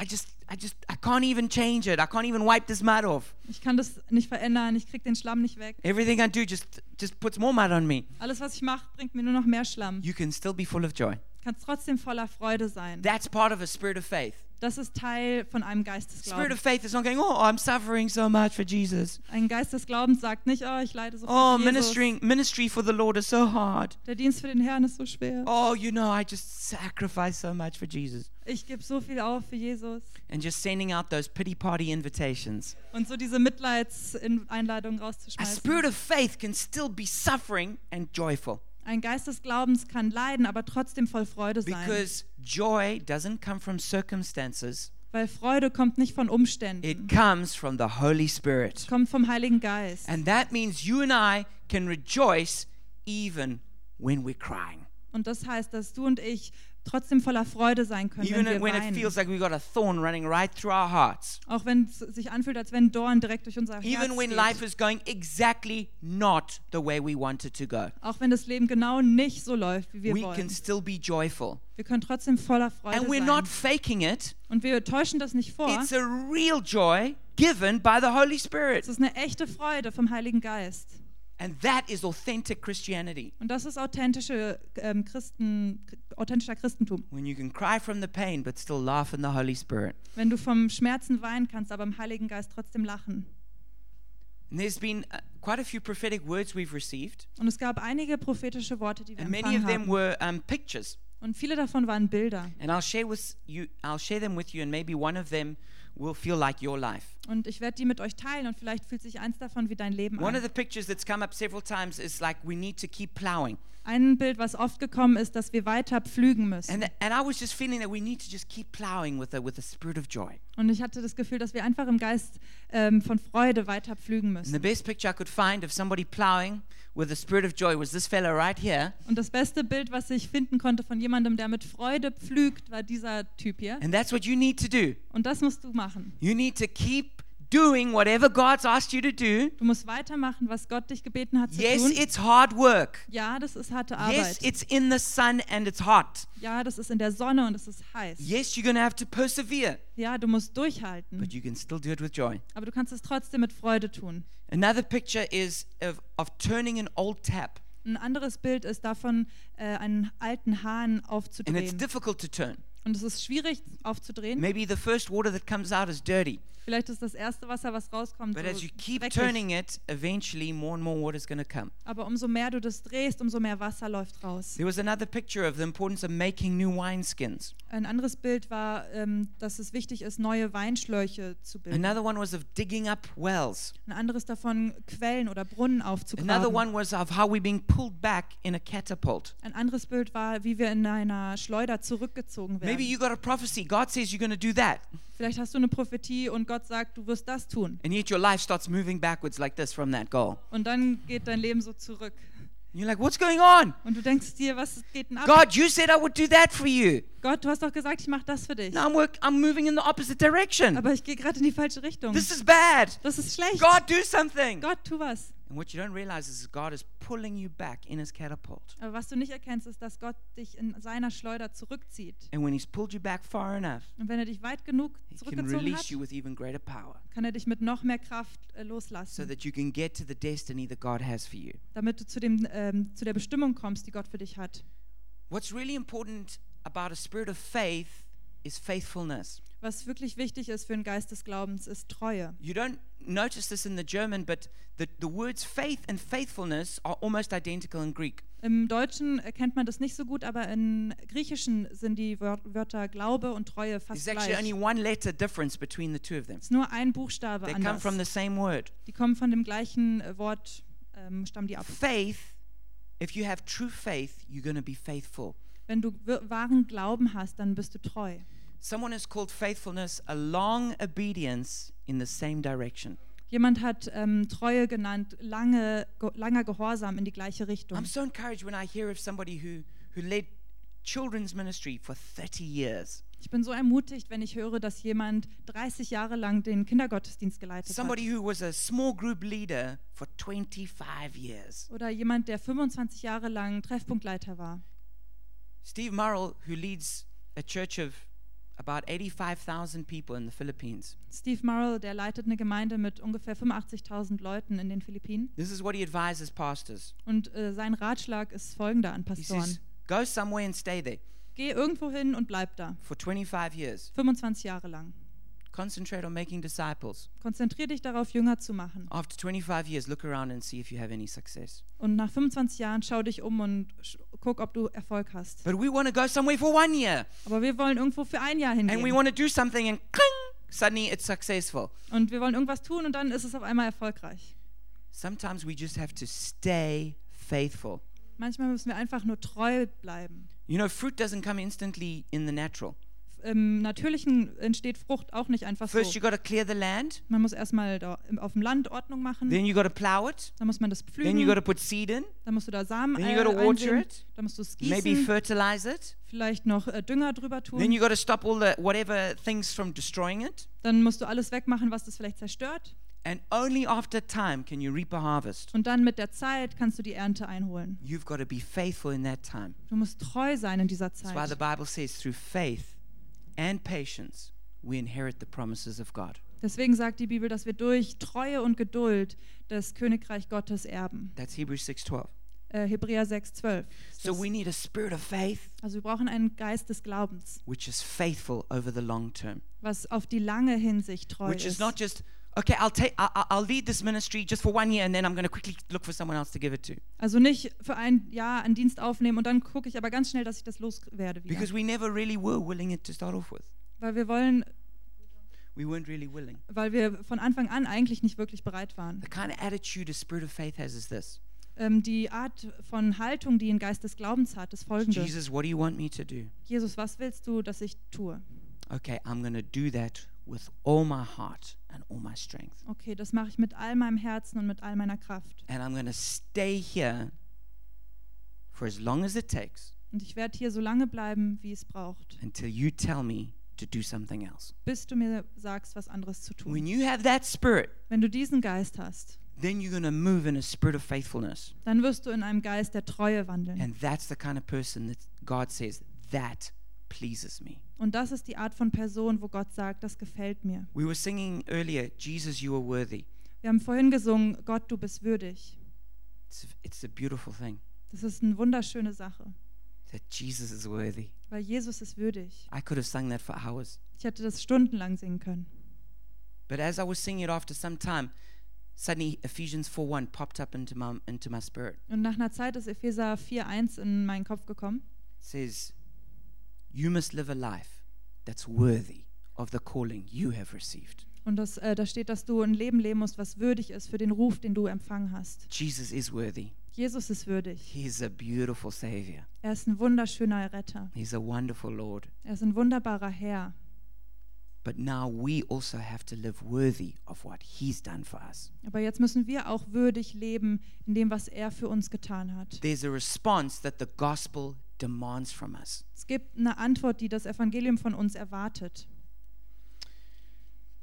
A: I just I just I can't even change it. I can't even wipe this mud off.
B: Ich kann das nicht verändern. Ich krieg den Schlamm nicht weg.
A: Everything I do just just puts more mud on me.
B: Alles, was ich mache, bringt mir nur noch mehr Schlamm.
A: You can still be full of joy.
B: Kannst trotzdem voller Freude sein.
A: That's part of a spirit of faith.
B: Das ist Teil von einem Geist des
A: Spirit of
B: Glaubens.
A: faith is not going, "Oh, I'm suffering so much for Jesus."
B: Ein Geist des Glaubens sagt nicht, oh, ich leide so viel.
A: Oh,
B: für Jesus.
A: ministering ministry for the Lord is so hard.
B: Der Dienst für den Herrn ist so schwer.
A: Oh, you know, I just sacrifice so much for Jesus.
B: Ich gebe so viel auf für Jesus.
A: And just sending out those pity party invitations.
B: Und so diese Mitleidseinladung
A: A
B: rauszuschmeißen.
A: spirit of faith can still be suffering and joyful
B: Ein Geist des Glaubens kann leiden, aber trotzdem voll Freude sein.
A: because joy doesn't come from circumstances.
B: Weil Freude kommt nicht von Umständen,
A: It comes from the Holy Spirit.
B: es kommt vom Heiligen Geist.
A: And that means you and I can rejoice even when we're crying.
B: Und das heißt, dass du und ich trotzdem voller Freude sein können,
A: even
B: wenn wir
A: when it
B: weinen.
A: feels like we've got a thorn running right through our hearts.
B: Auch wenn es sich anfühlt, als wenn Dorn direkt durch unser
A: Even
B: Herz
A: when
B: geht.
A: life is going exactly not the way we want it to go,
B: Auch wenn das Leben genau nicht so läuft, wie wir
A: we can
B: wollen.
A: still be joyful.
B: Wir können trotzdem voller Freude
A: And we're
B: sein.
A: not faking it.
B: Und wir täuschen das nicht vor.
A: It's a real joy given by the Holy Spirit.
B: Es ist eine echte Freude vom Heiligen Geist.
A: And that is authentic Christianity.
B: Und das ist authentische, ähm, Christen, authentischer Christentum.
A: When you can cry from the pain but still laugh in the Holy Spirit.
B: Wenn du vom Schmerzen weinen kannst, aber im Heiligen Geist trotzdem lachen.
A: And there's been uh, quite a few prophetic words we've received,
B: Und es gab einige prophetische Worte, die wir
A: and many of
B: empfangen
A: them
B: haben.
A: were um, pictures.
B: Und viele davon waren Bilder.
A: And I'll share with you. I'll share them with you, and maybe one of them will feel like your life.
B: Und ich werde die mit euch teilen und vielleicht fühlt sich eins davon wie dein Leben
A: One of
B: an.
A: the pictures that's come up several times is like we need to keep plowing,
B: Ein Bild, was oft gekommen ist, dass wir weiter pflügen müssen.
A: and and I was just feeling that we need to just keep plowing with a with a spirit of joy.
B: Und ich hatte das Gefühl, dass wir einfach im Geist ähm, von Freude weiter pflügen
A: And the
B: müssen.
A: best picture I could find of somebody plowing with a spirit of joy was this fellow right here,
B: Und das beste Bild, was ich finden konnte von jemandem, der mit Freude pflügt, war dieser Typ hier.
A: and that's what you need to do.
B: Und das musst du machen.
A: You need to keep doing whatever God's asked you to do.
B: Du musst weitermachen, was Gott dich gebeten hat zu
A: Yes,
B: tun.
A: it's hard work.
B: Ja, das ist harte
A: Yes,
B: Arbeit.
A: it's in the sun and it's hot.
B: ja, das ist in der Sonne und es ist heiß.
A: Yes, you're going to have to persevere,
B: ja, du musst durchhalten.
A: but you can still do it with joy.
B: Aber du kannst es trotzdem mit Freude tun.
A: Another picture is of, of turning an old tap,
B: Ein anderes Bild ist davon, äh, einen alten
A: and
B: Hahn
A: it's Ne.
B: aufzudrehen.
A: difficult to turn.
B: Und es ist schwierig aufzudrehen.
A: Maybe the first water that comes out is dirty,
B: Vielleicht ist das erste Wasser, was rauskommt,
A: but
B: so
A: as you keep
B: dreckig.
A: turning it, eventually more and more water is going to come.
B: Aber umso mehr du das drehst, umso mehr Wasser läuft raus.
A: There was another picture of the importance of making new wineskins.
B: Ein anderes Bild war, ähm, dass es wichtig ist, neue Weinschläuche zu bilden.
A: Another one was of digging up wells.
B: Ein anderes davon, Quellen oder Brunnen
A: Another
B: aufzugraben.
A: one was of how we're being pulled back in a catapult.
B: Ein anderes Bild war, wie wir in einer Schleuder zurückgezogen
A: Maybe you got
B: werden.
A: a prophecy. God says you're going to do that.
B: Vielleicht hast du eine Prophetie und Gott sagt, du wirst das tun.
A: And yet your life starts moving backwards like this from that goal.
B: Und dann geht dein Leben so zurück.
A: And you're like, what's going on?
B: Und du denkst dir, was geht denn ab?
A: God, you said I would do that for you.
B: Gott, du hast doch gesagt, ich mache das für dich.
A: Now I'm, work- I'm moving in the opposite direction.
B: Aber ich gehe gerade in die falsche Richtung.
A: This is bad.
B: Das ist schlecht.
A: God, do something.
B: Gott, tu was.
A: And what you don't realize is God is pulling you back in his catapult.
B: Aber was du nicht erkennst, ist, dass Gott dich in seiner Schleuder zurückzieht.
A: And when he's pulled you back far enough,
B: Und wenn er dich weit genug
A: he can
B: zurückgezogen
A: release
B: hat,
A: you with even greater power
B: kann er dich mit noch mehr Kraft äh,
A: so
B: loslassen,
A: that you can get to the destiny that God has for you.
B: damit du zu, dem, ähm, zu der Bestimmung kommst, die Gott für dich hat.
A: What's really important about a spirit of faith is faithfulness.
B: Was wirklich wichtig ist für den Geist des Glaubens, ist Treue.
A: You don't notice this in the German, but the, the words faith and faithfulness are almost identical in Greek.
B: Im Deutschen erkennt man das nicht so gut, aber im Griechischen sind die Wör Wörter Glaube und Treue fast
A: There's actually only
B: gleich.
A: one letter difference between the two of them.
B: Es ist nur ein Buchstabe
A: They come from the
B: anders.
A: same word.
B: Die kommen von dem gleichen äh, Wort, ähm, stammen die ab.
A: Faith, if you have true faith, you're going to be faithful.
B: Wenn du wir- wahren Glauben hast, dann bist du treu.
A: Someone has called faithfulness a long obedience in the same direction.
B: Jemand hat ähm, Treue genannt, lange, ge langer Gehorsam in die gleiche Richtung.
A: I'm so encouraged when I hear of somebody who, who led children's ministry for 30 years,
B: Ich bin so ermutigt, wenn ich höre, dass jemand 30 Jahre lang den Kindergottesdienst geleitet hat.
A: somebody who was a small group leader for 25 years.
B: Oder jemand, der 25 Jahre lang Treffpunktleiter war.
A: Steve Murrell, who leads a church of about 85,000 people in the Philippines,
B: Steve Murrell, der leitet eine Gemeinde mit ungefähr 85.000 Leuten in den Philippinen.
A: this is what he advises pastors.
B: Und äh, sein Ratschlag ist folgender an
A: He
B: Pastoren.
A: says, Go somewhere and stay there
B: Geh irgendwo hin und bleib da.
A: for 25 years.
B: 25 Jahre lang.
A: Concentrate on making disciples.
B: Konzentrier dich darauf, Jünger zu machen.
A: After 25 years, look around and see if you have any success.
B: Und nach 25 Jahren schau dich um und sch- guck, ob du Erfolg hast.
A: But we want to go somewhere for one year
B: Aber wir wollen irgendwo für ein Jahr
A: and we
B: hingehen.
A: want to do something and cling, suddenly it's successful.
B: Und wir wollen irgendwas tun und dann ist es auf einmal erfolgreich.
A: Sometimes we just have to stay faithful.
B: Manchmal müssen wir einfach nur treu bleiben.
A: You know, fruit doesn't come instantly in the natural.
B: F- im Natürlichen entsteht Frucht auch nicht einfach
A: First,
B: so.
A: you got to clear the land,
B: Man muss erstmal da im- auf dem Land Ordnung machen,
A: then you got to plow it,
B: dann muss man das
A: then you got
B: pflügen,
A: to put seed in,
B: dann musst du da Samen
A: then
B: äh,
A: you gotta water
B: einsehen,
A: it,
B: dann musst du es
A: maybe
B: gießen,
A: fertilize it,
B: vielleicht noch äh, Dünger drüber
A: then
B: tun,
A: you got to stop all the whatever things from destroying it.
B: dann musst du alles wegmachen, was das vielleicht zerstört
A: And only after time can you reap a harvest.
B: und dann mit der Zeit kannst du die Ernte einholen.
A: You've got to be faithful in that time.
B: Du musst treu sein in dieser
A: That's why the
B: Zeit.
A: Bible says through faith and patience we inherit the promises of God.
B: Deswegen sagt die Bibel, dass wir durch Treue und Geduld das Königreich Gottes erben.
A: That's Hebrews 6:12.
B: Äh, Hebräer 6, 12.
A: So we need a spirit of faith
B: Also wir brauchen einen Geist des Glaubens,
A: which is faithful over the long term.
B: was auf die lange Hinsicht treu
A: which is
B: ist.
A: not just okay i'll take I'll, I'll lead this ministry just for one year and then i'm going to quickly look for someone else to give it to
B: Also nicht für ein Jahr einen Dienst aufnehmen und dann gucke ich aber ganz schnell, dass ich das loswerde wieder.
A: because we never really were willing it to start off with
B: Weil wir wollen,
A: we weren't really willing
B: weil wir von Anfang an eigentlich nicht wirklich bereit waren.
A: the kind of attitude a spirit of faith has is this
B: Ähm, die Art von Haltung, die ein Geist des Glaubens hat, ist folgende.
A: jesus what do you want me to do
B: Jesus, was willst du, dass ich tue?
A: okay i'm going to do that with all my heart and all my strength
B: Okay, das mache ich mit all meinem Herzen und mit all meiner Kraft.
A: and i'm going to stay here for as long as it takes
B: Und ich werde hier so lange bleiben, wie es braucht,
A: until you tell me to do something else
B: bis du mir sagst, was anderes zu
A: when
B: tun.
A: you have that spirit
B: Wenn du diesen Geist hast,
A: then you're going to move in a spirit of faithfulness
B: dann wirst du in einem Geist der Treue wandeln.
A: And that's the kind of person that God says, that pleases me.
B: Und das ist die Art von Person, wo Gott sagt, das gefällt mir.
A: We were singing earlier, Jesus, you are worthy.
B: Wir haben vorhin gesungen, Gott, du bist würdig.
A: It's, it's a beautiful thing
B: Das ist eine wunderschöne Sache,
A: that Jesus is worthy.
B: weil Jesus ist würdig.
A: I could have sung that for hours.
B: Ich hätte das stundenlang singen können.
A: But as I was singing it after some time, suddenly Ephesians 4.1 popped up into my, into my spirit.
B: Und nach einer Zeit ist Epheser 4.1 in meinen Kopf gekommen.
A: It says, you must live a life that's worthy of the calling you have received.
B: Und das, äh, da steht, dass du ein Leben leben musst, was würdig ist für den Ruf, den du empfangen hast.
A: Jesus is worthy.
B: Jesus ist würdig.
A: He's a beautiful Savior.
B: Er ist ein wunderschöner Retter.
A: He's a wonderful Lord.
B: Er ist ein wunderbarer Herr.
A: But now we also have to live worthy of what He's done for us.
B: Aber jetzt müssen wir auch würdig leben in dem, was er für uns getan hat.
A: There's a response that the gospel demands from us.
B: Es gibt eine Antwort, die das Evangelium von uns erwartet.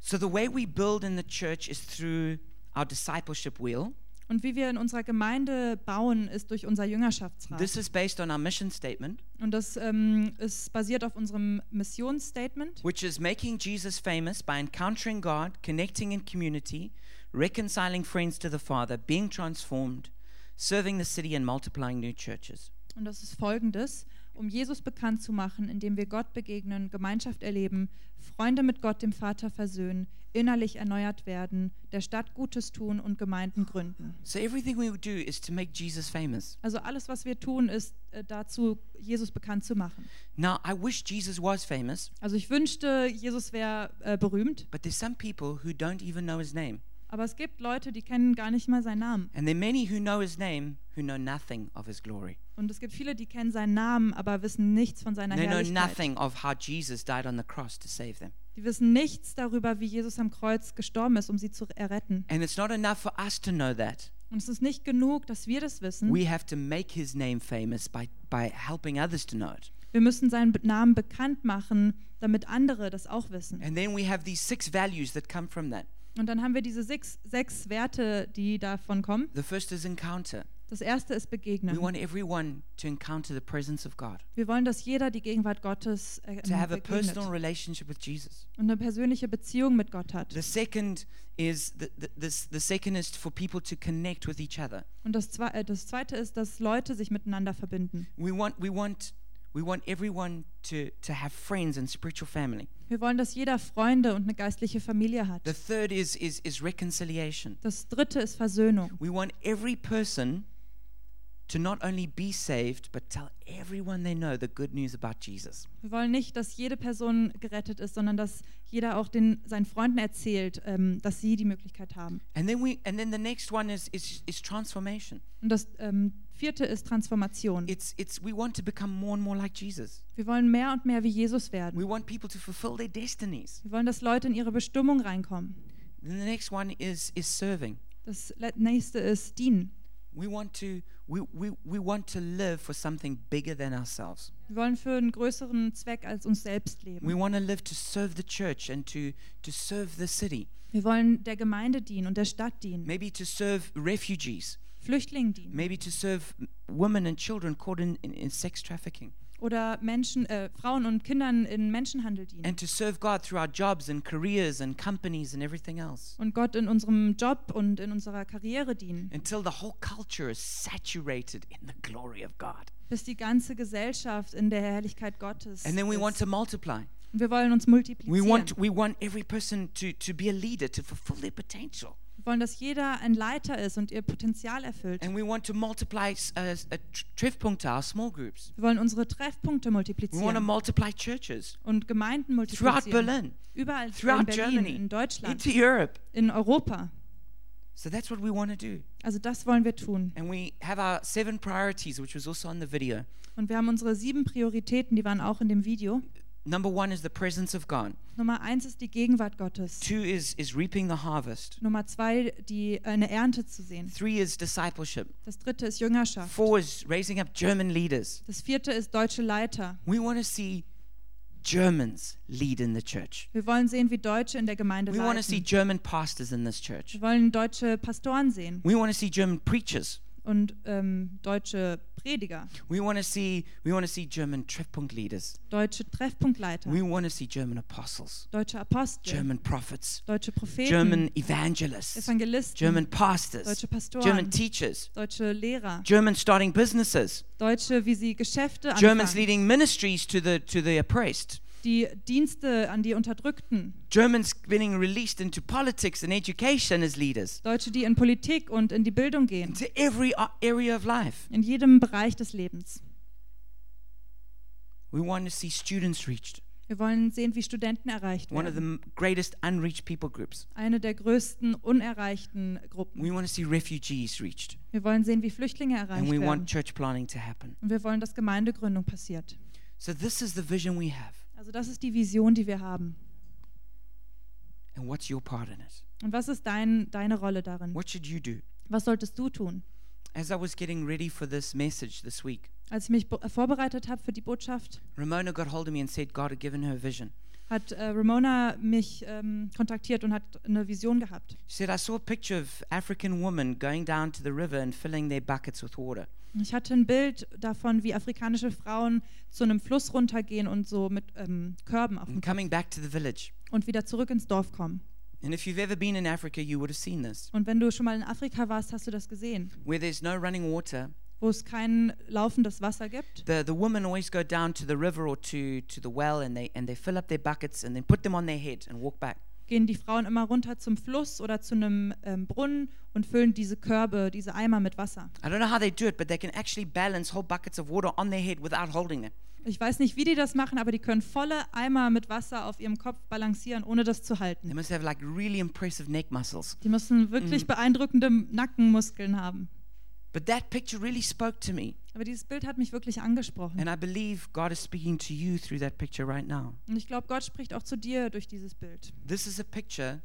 A: So the way we build in the church is through our discipleship wheel.
B: Und wie wir in unserer Gemeinde bauen, ist durch unser
A: This
B: Jüngerschaftsrat.
A: is based on our mission statement,
B: Und das ähm, ist basiert auf unserem Missionsstatement.
A: which is making Jesus famous by encountering God, connecting in community, reconciling friends to the Father, being transformed, serving the city, and multiplying new churches.
B: Und das ist folgendes, um Jesus bekannt zu machen, indem wir Gott begegnen, Gemeinschaft erleben, Freunde mit Gott dem Vater versöhnen, innerlich erneuert werden, der Stadt Gutes tun und Gemeinden gründen.
A: So everything we do is to make Jesus famous.
B: Also alles, was wir tun, ist äh, dazu, Jesus bekannt zu machen.
A: Now, I wish Jesus was famous,
B: Also ich wünschte, Jesus wäre äh, berühmt,
A: but there's some people who don't even know his name.
B: aber es gibt Leute, die kennen gar nicht mal seinen Namen.
A: And there are many who know his name who know nothing of his glory.
B: Und es gibt viele, die kennen seinen Namen, aber wissen nichts von seiner
A: They know
B: Herrlichkeit.
A: nothing of how Jesus died on the cross to save them.
B: Die wissen nichts darüber, wie Jesus am Kreuz gestorben ist, um sie zu erretten.
A: And it's not enough for us to know that.
B: Und es ist nicht genug, dass wir das wissen.
A: We have to make his name famous by, by helping others to know it.
B: Wir müssen seinen Be- Namen bekannt machen, damit andere das auch wissen.
A: And then we have these six values that come from that.
B: Und dann haben wir diese sechs, sechs Werte, die davon kommen.
A: The first is encounter.
B: Das erste ist Begegnen.
A: We want everyone to encounter the presence of God,
B: Wir wollen, dass jeder die Gegenwart Gottes äh,
A: to have a
B: begegnet
A: personal
B: und
A: relationship with Jesus.
B: eine persönliche Beziehung mit Gott hat.
A: The second is the, the, this, the second is for people to connect with each other.
B: Und das, zwe äh, das zweite ist, dass Leute sich miteinander verbinden.
A: We want, we want, we want everyone to, to have friends and spiritual family.
B: Wir wollen, dass jeder Freunde und eine geistliche Familie hat.
A: The third is, is, is reconciliation.
B: Das dritte ist Versöhnung.
A: We want every person to not only be saved, but tell everyone they know the good news about Jesus.
B: Wir wollen nicht, dass jede Person gerettet ist, sondern dass jeder auch den, seinen Freunden erzählt, ähm, dass sie die Möglichkeit haben.
A: And then we, and then the next one is, is, is transformation.
B: Und das ähm, Vierte ist Transformation.
A: It's, it's, we want to become more and more like Jesus.
B: Wir wollen mehr und mehr wie Jesus
A: We
B: werden.
A: want people to fulfill their destinies.
B: Wir wollen, dass Leute in ihre Bestimmung reinkommen.
A: Then the next one is, is serving.
B: Das le- nächste ist dienen.
A: We want, to, we, we, we want to live for something bigger than ourselves.
B: Wir wollen für einen größeren Zweck als uns selbst
A: We
B: leben.
A: want to live to serve the church and to, to serve the city,
B: Wir wollen der Gemeinde dienen und der Stadt dienen,
A: maybe to serve refugees,
B: Flüchtlingen dienen
A: maybe to serve women and children caught in, in, in sex trafficking,
B: oder Menschen, äh, Frauen und Kindern in Menschenhandel dienen
A: and to serve God through our jobs and careers and companies and everything else.
B: und Gott in unserem Job und in unserer Karriere dienen,
A: Until the whole culture is saturated in the glory of God.
B: bis die ganze Gesellschaft in der Herrlichkeit Gottes
A: And then we want
B: ist.
A: to multiply.
B: Und wir wollen uns
A: We
B: multiplizieren.
A: want,
B: Wir
A: we want every person to, to be a leader, to fulfill their potential.
B: wollen, dass jeder ein Leiter ist und ihr Potenzial erfüllt.
A: And we want to multiply s- uh, s- uh, tr- Treffpunkte, our small groups.
B: Wir wollen unsere Treffpunkte
A: We want to
B: multiplizieren
A: multiply churches
B: und Gemeinden
A: throughout
B: multiplizieren.
A: Berlin,
B: Überall in
A: throughout
B: Berlin,
A: Germany,
B: in Deutschland,
A: into Europe.
B: in Europa.
A: So that's what we want to do.
B: Also das wollen wir tun.
A: And we have our seven priorities, which was also on the video.
B: Und wir haben unsere sieben Prioritäten, die waren auch in dem Video.
A: Number one is the presence of God.
B: Nummer eins ist die Gegenwart Gottes.
A: Two is, is reaping the harvest.
B: Nummer zwei, die, äh, eine Ernte zu sehen.
A: Three is discipleship.
B: Das dritte ist Jüngerschaft.
A: Four is raising up German leaders.
B: Das vierte ist deutsche Leiter.
A: We want to see Germans lead in the church.
B: Wir wollen sehen, wie Deutsche in der Gemeinde
A: We want to see
B: leiten.
A: German pastors in this church.
B: Wir wollen deutsche Pastoren sehen
A: We want to see German preachers.
B: und ähm, deutsche Prediger,
A: We want to see we want to see German Treffpunkt leaders.
B: deutsche Treffpunktleiter,
A: We want to see German apostles,
B: deutsche Apostel,
A: German prophets,
B: deutsche Propheten,
A: German evangelists,
B: Evangelisten,
A: German pastors,
B: deutsche Pastoren,
A: German teachers,
B: deutsche Lehrer,
A: German starting businesses,
B: Deutsche, wie sie Geschäfte
A: Germans
B: anfangen,
A: leading ministries to the to the oppressed,
B: die Dienste an die Unterdrückten,
A: Germans being released into politics and education as leaders,
B: Deutsche, die in Politik und in die Bildung gehen,
A: into every a- area of life.
B: in jedem Bereich des Lebens.
A: We want to see students reached,
B: Wir wollen sehen, wie Studenten erreicht
A: one of the
B: werden.
A: m- greatest unreached people groups.
B: Eine der größten unerreichten Gruppen.
A: We want to see refugees reached.
B: Wir wollen sehen, wie Flüchtlinge
A: and
B: erreicht
A: we want
B: werden.
A: church planning to happen.
B: Und wir wollen, dass Gemeindegründung passiert.
A: So this is the vision we have,
B: Also das ist die Vision, die wir haben.
A: and what's your part in it?
B: Und was ist dein, deine Rolle darin?
A: What should you do?
B: Was solltest du tun?
A: As I was getting ready for this message this week,
B: Als ich mich bo- äh, vorbereitet habe für die Botschaft,
A: Ramona got hold of me and said God had given her a vision.
B: hat äh, Ramona mich ähm, kontaktiert und hat eine Vision gehabt.
A: She said I saw a picture of African women going down to the river and filling their buckets with water.
B: Ich hatte ein Bild davon, wie afrikanische Frauen zu einem Fluss runtergehen und so mit ähm, Körben auf dem
A: And coming back to the village.
B: und wieder zurück ins Dorf kommen.
A: And if you've ever been in Africa, you would have seen this.
B: Und wenn du schon mal in Afrika warst, hast du das gesehen,
A: Where there's no running water,
B: wo es kein laufendes Wasser gibt.
A: the, the women always go down to the river or to, to the well and they, and they fill up their buckets and then put them on their head and walk back.
B: Gehen die Frauen immer runter zum Fluss oder zu einem ähm, Brunnen und füllen diese Körbe, diese Eimer mit Wasser.
A: I don't know how they do it, but they can actually balance whole buckets of water on their head without holding them.
B: Ich weiß nicht, wie die das machen, aber die können volle Eimer mit Wasser auf ihrem Kopf balancieren, ohne das zu
A: They
B: halten.
A: must have like really impressive neck muscles.
B: Die müssen wirklich beeindruckende Nackenmuskeln haben.
A: But that picture really spoke to me,
B: Aber dieses Bild hat mich wirklich angesprochen.
A: and I believe God is speaking to you through that picture right now.
B: Und ich glaube, Gott spricht auch zu dir durch dieses Bild.
A: This is a picture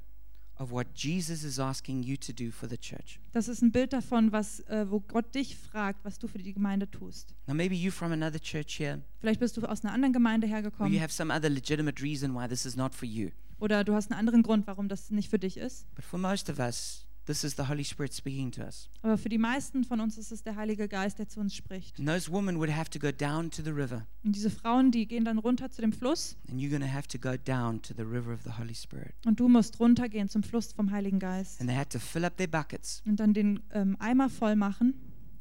A: of what Jesus is asking you to do for the church.
B: Das ist ein Bild davon, was, äh, wo Gott dich fragt, was du für die Gemeinde tust.
A: Now, maybe you're from another church here,
B: Vielleicht bist du aus einer anderen Gemeinde
A: or you
B: hergekommen
A: have some other legitimate reason why this is not for you.
B: oder du hast einen anderen Grund, warum das nicht für dich ist.
A: But for most of us, this is the Holy Spirit speaking to us.
B: Aber für die meisten von uns ist es der Heilige Geist, der zu uns spricht.
A: And those women would have to go down to the river,
B: Und diese Frauen, die gehen dann runter zu dem Fluss
A: and you're going to have to go down to the river of the Holy Spirit.
B: und du musst runtergehen zum Fluss vom Heiligen Geist.
A: And they had to fill up their buckets.
B: und dann den ähm, Eimer voll machen.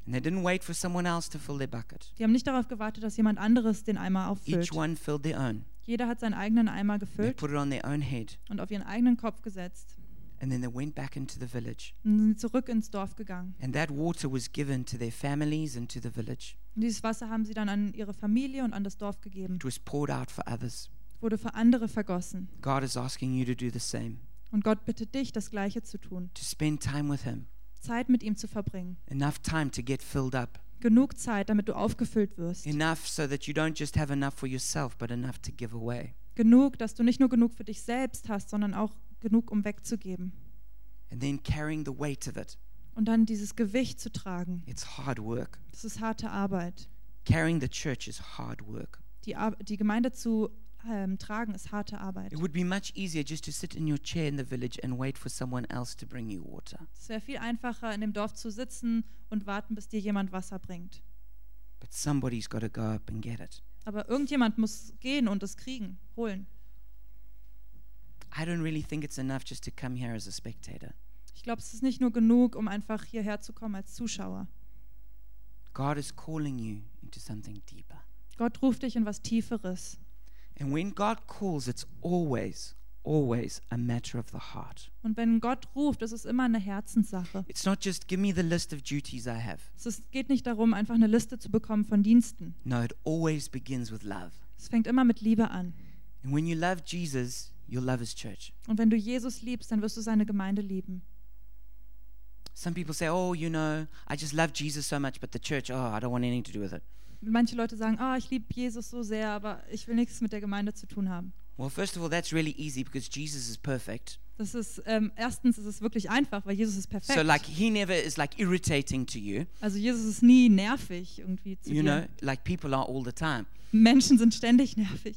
A: And they didn't wait for someone else to fill their bucket.
B: Die haben nicht darauf gewartet, dass jemand anderes den Eimer auffüllt.
A: Each one filled their own.
B: Jeder hat seinen eigenen Eimer
A: They
B: gefüllt
A: put it on their own head.
B: und auf ihren eigenen Kopf gesetzt
A: And then they went back into the village.
B: und sind zurück ins Dorf gegangen.
A: And that water was given to their families and to the village.
B: Und dieses Wasser haben sie dann an ihre Familie und an das Dorf gegeben,
A: It was poured out for others.
B: wurde für andere vergossen.
A: God is asking you to do the same,
B: Und Gott bittet dich, das Gleiche zu tun,
A: to spend time with Him,
B: Zeit mit ihm zu verbringen,
A: enough time to get filled up,
B: Genug Zeit, damit du aufgefüllt wirst.
A: Enough so that you don't just have enough for yourself, but enough to give away.
B: Genug, dass du nicht nur genug für dich selbst hast, sondern auch genug, um wegzugeben.
A: And then carrying the weight of it.
B: Und dann dieses Gewicht zu tragen.
A: It's hard work.
B: Das ist harte Arbeit.
A: Carrying the church is hard work.
B: Die, Ar die Gemeinde zu ähm, tragen ist harte Arbeit.
A: It would be much easier just to sit in your chair in the village and wait for someone else to bring you water.
B: Es wäre viel einfacher, in dem Dorf zu sitzen und warten, bis dir jemand Wasser bringt.
A: But somebody's got to go up and get it.
B: Aber irgendjemand muss gehen und es kriegen, holen.
A: I don't really think it's enough just to come here as a spectator.
B: Ich glaube, es ist nicht nur genug, um einfach hierher zu kommen als Zuschauer.
A: God is calling you into something deeper.
B: Gott ruft dich in was Tieferes.
A: And when God calls, it's always, always a matter of the heart.
B: Und wenn Gott ruft, ist es immer eine Herzenssache.
A: It's not just give me the list of duties I have.
B: Es ist, geht nicht darum, einfach eine Liste zu bekommen von Diensten.
A: No, it always begins with love.
B: Es fängt immer mit Liebe an.
A: And when you love Jesus, you'll love his church.
B: Und wenn du Jesus liebst, dann wirst du seine Gemeinde lieben.
A: Some people say, oh, you know, I just love Jesus so much, but the church, oh, I don't want anything to do with it.
B: Manche Leute sagen, ah, ich liebe Jesus so sehr, aber ich will nichts mit der Gemeinde zu tun haben.
A: Well, first of all, that's really easy because Jesus is perfect.
B: Das ist ähm, erstens ist es wirklich einfach, weil Jesus ist perfekt.
A: So, like, he never is like irritating to you.
B: also Jesus ist nie nervig irgendwie zu
A: You
B: dir.
A: know, like people are all the time.
B: Menschen sind ständig nervig.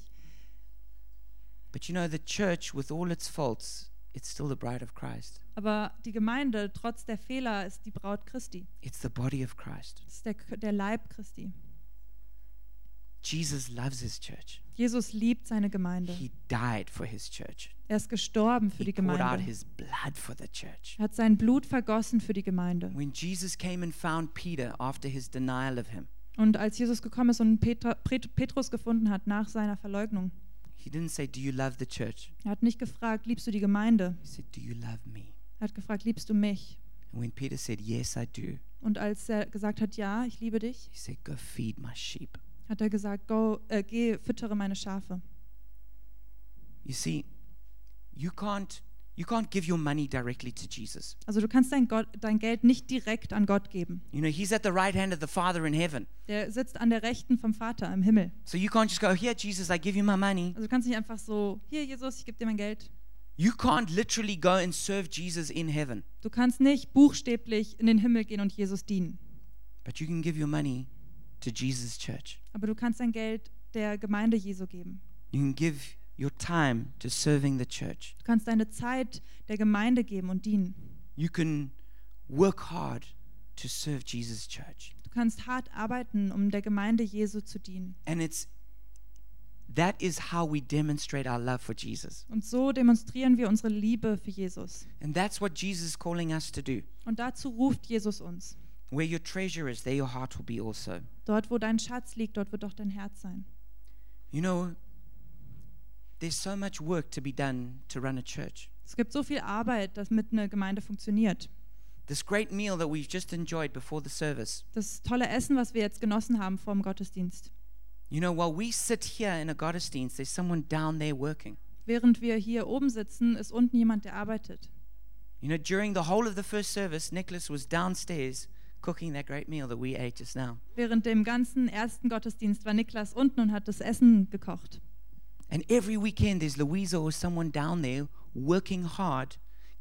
A: But you know, the church, with all its faults, it's still the bride of Christ.
B: Aber die Gemeinde, trotz der Fehler, ist die Braut Christi.
A: It's the body of Christ.
B: Das ist der, der Leib Christi.
A: Jesus loves his church.
B: Jesus liebt seine Gemeinde.
A: He died for his church.
B: Er ist gestorben für
A: He
B: die
A: poured out
B: Gemeinde.
A: his blood for the church.
B: Er hat sein Blut vergossen für die Gemeinde.
A: When Jesus came and found Peter after his denial of him,
B: Und als Jesus gekommen ist und Petra, Pet- Petrus gefunden hat nach seiner Verleugnung,
A: he didn't say, Do you love the church?
B: er hat nicht gefragt, liebst du die Gemeinde?
A: He said, Do you love me?
B: Er hat gefragt, liebst du mich?
A: And when Peter said, Yes, I do,
B: Und als er gesagt hat, ja, ich liebe dich,
A: he said, Go feed my sheep.
B: hat er gesagt, Go, äh, geh, füttere meine Schafe.
A: You see, you can't you can't give your money directly to Jesus.
B: Also du kannst dein, Gott, dein Geld nicht direkt an Gott geben.
A: You know, he's at the right hand of the Father in heaven.
B: Der sitzt an der Rechten vom Vater im Himmel.
A: So you can't just go, here, Jesus, I give you my money.
B: Also du kannst nicht einfach so, hier Jesus, ich gebe dir mein Geld.
A: You can't literally go and serve Jesus in heaven,
B: Du kannst nicht buchstäblich in den Himmel gehen und Jesus dienen.
A: but you can give your money to Jesus' church.
B: Aber du kannst dein Geld der Gemeinde Jesu geben.
A: You can give your time to serving the church.
B: Du kannst deine Zeit der Gemeinde geben und dienen.
A: You can work hard to serve Jesus' church.
B: Du kannst hart arbeiten, um der Gemeinde Jesu zu dienen.
A: And it's that is how we demonstrate our love for Jesus.
B: Und so demonstrieren wir unsere Liebe für Jesus.
A: And that's what Jesus is calling us to do.
B: Und dazu ruft Jesus uns.
A: Where your treasure is, there your heart will be also.
B: Dort, wo dein Schatz liegt, dort wird auch dein Herz sein.
A: You know, there's so much work to be done to run a church.
B: Es gibt so viel Arbeit, damit eine Gemeinde funktioniert.
A: This great meal that we've just enjoyed before the service.
B: Das tolle Essen, was wir jetzt genossen haben vor dem Gottesdienst.
A: You know, while we sit here in Augustines, there's someone down there working.
B: Während wir hier oben sitzen, ist unten jemand, der arbeitet.
A: You know, during the whole of the first service, Nicholas was downstairs cooking that great meal that we ate just now.
B: Während dem ganzen ersten Gottesdienst war Niklas unten und hat das Essen gekocht.
A: And every weekend, there's Louisa or someone down there working hard,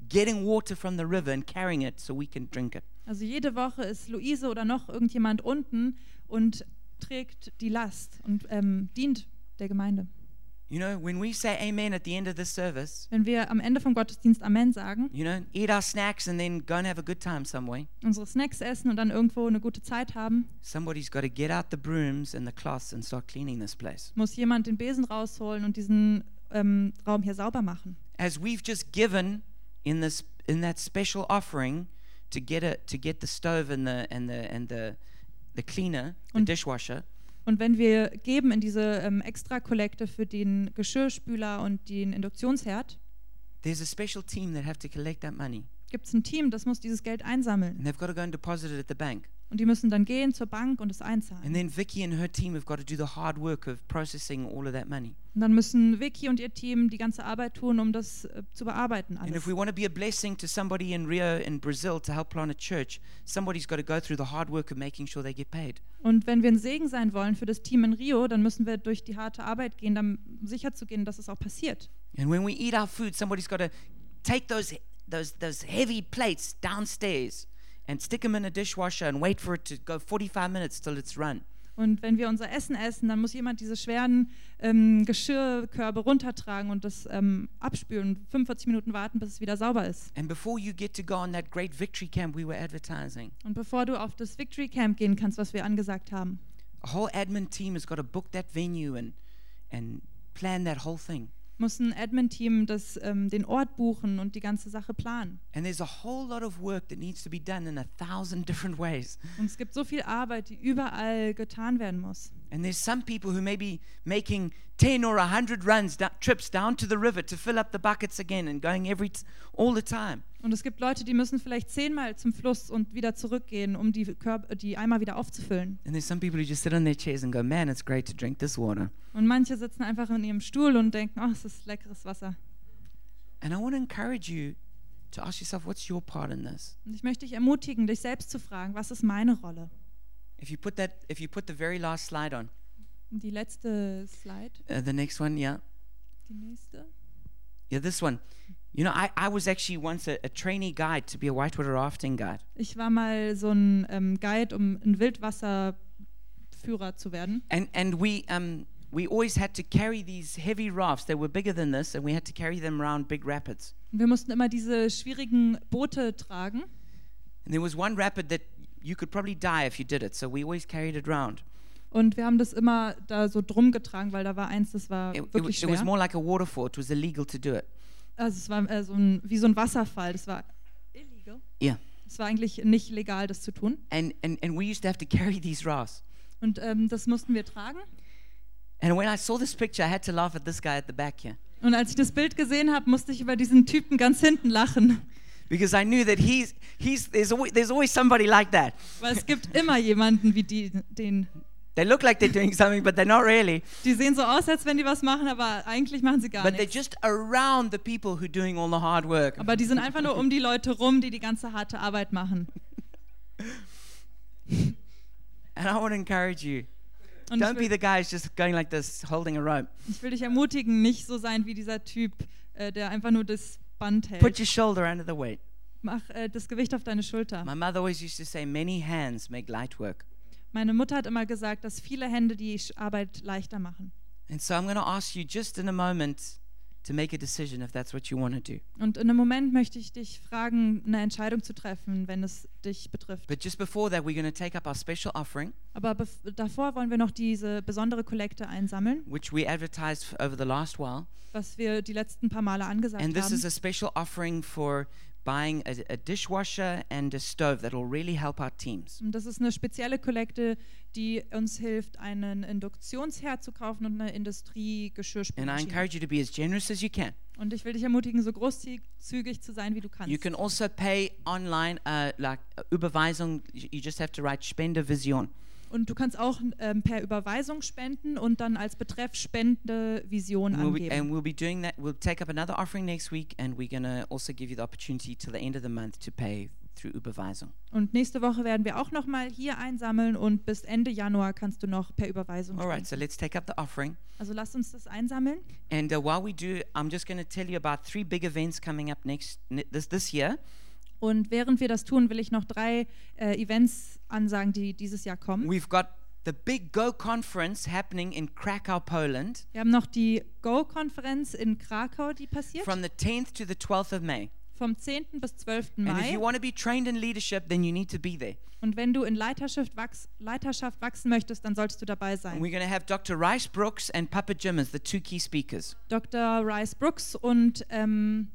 A: getting water from the river and carrying it so we can drink it.
B: Also jede Woche ist Luise oder noch irgendjemand unten und trägt die Last und ähm, dient der Gemeinde.
A: You know, when we say amen at the end of this service,
B: Wenn wir am Ende vom Gottesdienst Amen sagen,
A: you know, eat our snacks and then go and have a good time somewhere.
B: unsere Snacks essen und dann irgendwo eine gute Zeit haben,
A: Somebody's got to get out the brooms and the cloths and start cleaning this place.
B: muss jemand den Besen rausholen und diesen ähm, Raum hier sauber machen.
A: As we've just given in this in that special offering to get a, to get the stove and the and the and the the cleaner, the
B: Und-
A: dishwasher,
B: Und wenn wir geben in diese ähm, Extra-Kollekte für den Geschirrspüler und den Induktionsherd,
A: there's a special team that have to collect that money.
B: gibt es ein Team, das muss dieses Geld einsammeln.
A: And they've got to go and deposit it at the bank.
B: Und die müssen dann gehen zur Bank und es einzahlen.
A: And then Vicky and her team have got to do the hard work of processing all of that money.
B: Und dann müssen Vicky und ihr Team die ganze Arbeit tun, um das äh, zu bearbeiten
A: And if
B: alles.
A: we want to be a blessing to somebody in Rio, in Brazil, to help plant a church, somebody's got to go through the hard work of making sure they get paid.
B: Und wenn wir ein Segen sein wollen für das Team in Rio, dann müssen wir durch die harte Arbeit gehen, um sicherzugehen, dass es auch passiert.
A: And when we eat our food, somebody's got to take those those those heavy plates downstairs and stick them in a dishwasher and wait for it to go 45 minutes till it's run.
B: Und wenn wir unser Essen essen, dann muss jemand diese schweren ähm, Geschirrkörbe runtertragen und das ähm, abspülen, 45 Minuten warten, bis es wieder sauber ist.
A: And before you get to go on that great victory camp we were advertising,
B: Und bevor du auf das Victory Camp gehen kannst, was wir angesagt haben,
A: a whole admin team has got to book that venue and and plan that whole thing.
B: muss ein Admin-Team das, ähm, den Ort buchen und die ganze Sache planen.
A: And there's a whole lot of work that needs to be done in a thousand different ways.
B: Und es gibt so viel Arbeit, die überall getan werden muss.
A: And there's some people who may be making 10 or 100 runs, da- trips down to the river to fill up the buckets again and going every t- all the time.
B: Und es gibt Leute, die müssen vielleicht zehnmal zum Fluss und wieder zurückgehen, um die, Körb äh, die Eimer wieder aufzufüllen.
A: And there's some people who just sit on their chairs and go, man, it's great to drink this water.
B: Und manche sitzen einfach in ihrem Stuhl und denken, oh, es ist leckeres Wasser.
A: And I want to encourage you to ask yourself, what's your part in this?
B: Und ich möchte dich ermutigen, dich selbst zu fragen, was ist meine Rolle?
A: If you put that, if you put the very last slide on,
B: Und Die letzte Slide,
A: uh, the next one, yeah,
B: die nächste.
A: yeah, this one. You know, I, I was actually once a, a trainee guide to be a whitewater rafting guide.
B: Ich war mal so ein ähm, Guide, um ein Wildwasserführer zu werden.
A: And and we um we always had to carry these heavy rafts. They were bigger than this, and we had to carry them around big rapids.
B: Und wir mussten immer diese schwierigen Boote tragen.
A: And there was one rapid that you could probably die if you did it, so we always carried it round.
B: Und wir haben das immer da so drum getragen, weil da war eins, das war
A: It, it wa-
B: wirklich
A: it was
B: schwer.
A: more like a waterfall. It was illegal to do it.
B: Also es war äh, so ein, wie so ein Wasserfall. Das war illegal.
A: Yeah.
B: Es war eigentlich nicht legal, das zu tun.
A: And and and we used to have to carry these rafts.
B: Und ähm, das mussten wir tragen.
A: And when I saw this picture, I had to laugh at this guy at the back here
B: Und als ich das Bild gesehen habe, musste ich über diesen Typen ganz hinten lachen.
A: because I knew that he's he's there's always, there's always somebody like that.
B: Weil es gibt immer jemanden wie die, den.
A: They look like they're doing something, but they're not really.
B: Die sehen so aus, als wenn die was machen, aber eigentlich machen sie gar
A: But they're
B: nichts.
A: just around the people who are doing all the hard work.
B: Aber die sind einfach nur um die Leute rum, die die ganze harte Arbeit machen.
A: And I want to encourage you
B: Und ich
A: Don't be
B: will,
A: the guy who's just going like this, holding a rope.
B: ich will dich ermutigen, nicht so sein wie dieser Typ, äh, der einfach nur das Band
A: Put
B: hält.
A: your shoulder under the weight.
B: Mach äh, das Gewicht auf deine Schulter.
A: My mother always used to say, many hands make light work.
B: Meine Mutter hat immer gesagt, dass viele Hände die Sch- Arbeit leichter machen.
A: And so I'm going to ask you just in a moment to make a decision if that's what you want to do.
B: Und in einem Moment möchte ich dich fragen, eine Entscheidung zu treffen, wenn es dich betrifft.
A: But just before that, we're going to take up our special offering,
B: Aber bef- davor wollen wir noch diese besondere Kollekte einsammeln,
A: which we advertised f- over the last while.
B: was wir die letzten paar Male angesagt
A: And this is
B: haben.
A: a special offering for buying a, a dishwasher and a stove that will really help our teams.
B: Und das ist eine spezielle Kollekte, die uns hilft, einen Induktionsherd zu kaufen und eine
A: And I
B: Industriegeschirrspülmaschine.
A: encourage you to be as generous as you can.
B: Und ich will dich ermutigen, so großzügig zu sein, wie du
A: You
B: kannst.
A: can also pay online, uh, like uh, Überweisung. You you just have to write Spende Vision.
B: Und du kannst auch ähm, per Überweisung spenden und dann als Betreff Spende Vision
A: And we'll, be,
B: angeben.
A: and we'll be doing that. We'll take up another offering next week, and we're going to also give you the opportunity till the end of the month to pay through Überweisung.
B: Und nächste Woche werden wir auch nochmal hier einsammeln und bis Ende Januar kannst du noch per Überweisung
A: All right, so
B: spenden.
A: let's take up the offering.
B: Also lasst uns das einsammeln.
A: And uh, while we do, I'm just going to tell you about three big events coming up next ne- this this year.
B: Mm-hmm. Und während wir das tun, will ich noch drei äh, Events ansagen, die dieses Jahr kommen.
A: We've got the big Go conference happening in Krakow, Poland,
B: Wir haben noch die Go-Konferenz in Krakau, die passiert
A: from the 10th to the 12th of May.
B: vom 10. bis 12.
A: And if
B: Mai.
A: you want to be trained in leadership, then you need to be there.
B: Und wenn du in Leiterschaft, wachs Leiterschaft wachsen möchtest, dann solltest du dabei
A: And
B: sein.
A: we're going to have Dr. Rice Brooks and Papa Jim as the two key speakers.
B: Dr. Rice Brooks und ähm,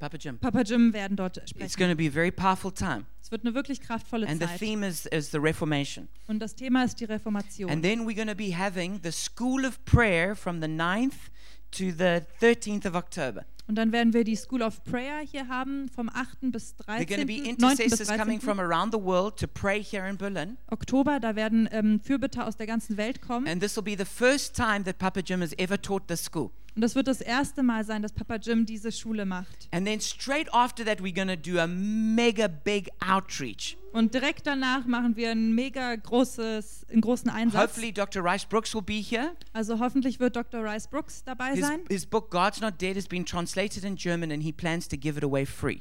A: Papa Jim.
B: Papa Jim werden dort
A: It's
B: sprechen.
A: going to be a very powerful time.
B: Es wird eine wirklich kraftvolle
A: And the
B: Zeit.
A: theme is, is the Reformation.
B: Und das Thema ist die Reformation.
A: And then we're going to be having the School of Prayer from the 9th to the 13th of October.
B: Und dann werden wir die School of Prayer hier haben vom 8. bis
A: There are going to
B: 13.
A: be
B: 9. bis
A: intercessors coming
B: 13.
A: from around the world to pray here in Berlin.
B: Mm-hmm. Oktober. Da werden ähm, Fürbitter aus der ganzen Welt kommen.
A: And this will be the first time that Papa Jim has ever taught this school.
B: Und das wird das erste Mal sein, dass Papa Jim diese Schule macht.
A: And then straight after that, we're going to do a mega big outreach.
B: Und direkt danach machen wir ein mega großes, einen großen Einsatz.
A: Hopefully, Dr. Rice Brooks will be here.
B: Also hoffentlich wird Dr. Rice Brooks dabei
A: His,
B: sein.
A: his book, God's Not Dead, has been translated in German and he plans to give it away free.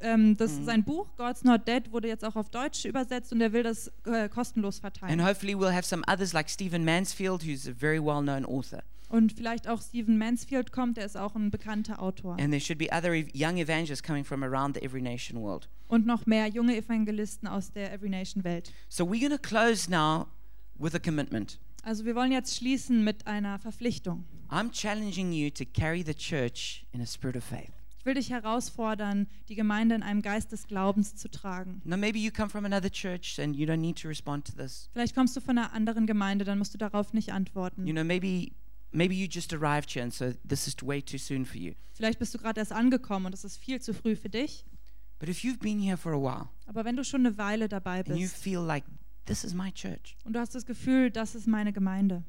B: Ähm,
A: Mhm.
B: das ist sein Buch God's Not Dead wurde jetzt auch auf Deutsch übersetzt und er will das äh, kostenlos verteilen.
A: And hopefully, we'll have some others like Stephen Mansfield, who's a very well known author.
B: Und vielleicht auch Stephen Mansfield kommt, der ist auch ein bekannter Autor.
A: And there should be other ev- young evangelists coming from around the every nation world.
B: Und noch mehr junge Evangelisten aus der Every Nation Welt.
A: So, we're going to close now with a commitment.
B: Also wir wollen jetzt schließen mit einer Verpflichtung.
A: I'm challenging you to carry the church in a spirit of faith.
B: Ich will dich herausfordern, die Gemeinde in einem Geist des Glaubens zu tragen.
A: Now, maybe you come from another church and you don't need to respond to this.
B: Vielleicht kommst du von einer anderen Gemeinde, dann musst du darauf nicht antworten.
A: You know, maybe maybe you just arrived here and so this is way too soon for you.
B: Vielleicht bist du gerade erst angekommen und es ist viel zu früh für dich.
A: But if you've been here for a while
B: Aber wenn du schon eine Weile dabei
A: and you
B: bist
A: feel like this is my church,
B: und du hast das Gefühl, das ist meine Gemeinde,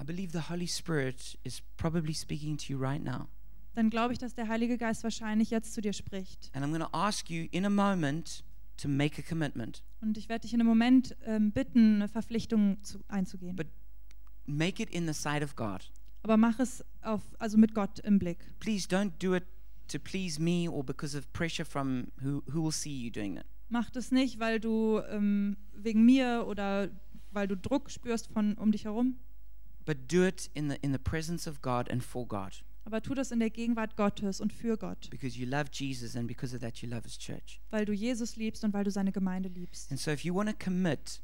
A: I believe the Holy Spirit is probably speaking to you right now.
B: dann glaube ich, dass der Heilige Geist wahrscheinlich jetzt zu dir spricht.
A: And I'm going to ask you in a moment to make a commitment.
B: Und ich werde dich in einem Moment ähm, bitten, eine Verpflichtung zu, einzugehen.
A: But- Make it in the sight of God.
B: Aber mach es auf, also mit Gott im Blick.
A: Please don't do it to please me or because of pressure from who, who will see you doing it.
B: Mach das nicht, weil du ähm, wegen mir oder weil du Druck spürst von um dich herum.
A: But do it in the in the presence of God and for God
B: Aber tu das in der Gegenwart Gottes und für Gott,
A: because you love Jesus and because of that you love his church.
B: weil du Jesus liebst und weil du seine Gemeinde liebst.
A: And so, if you want to commit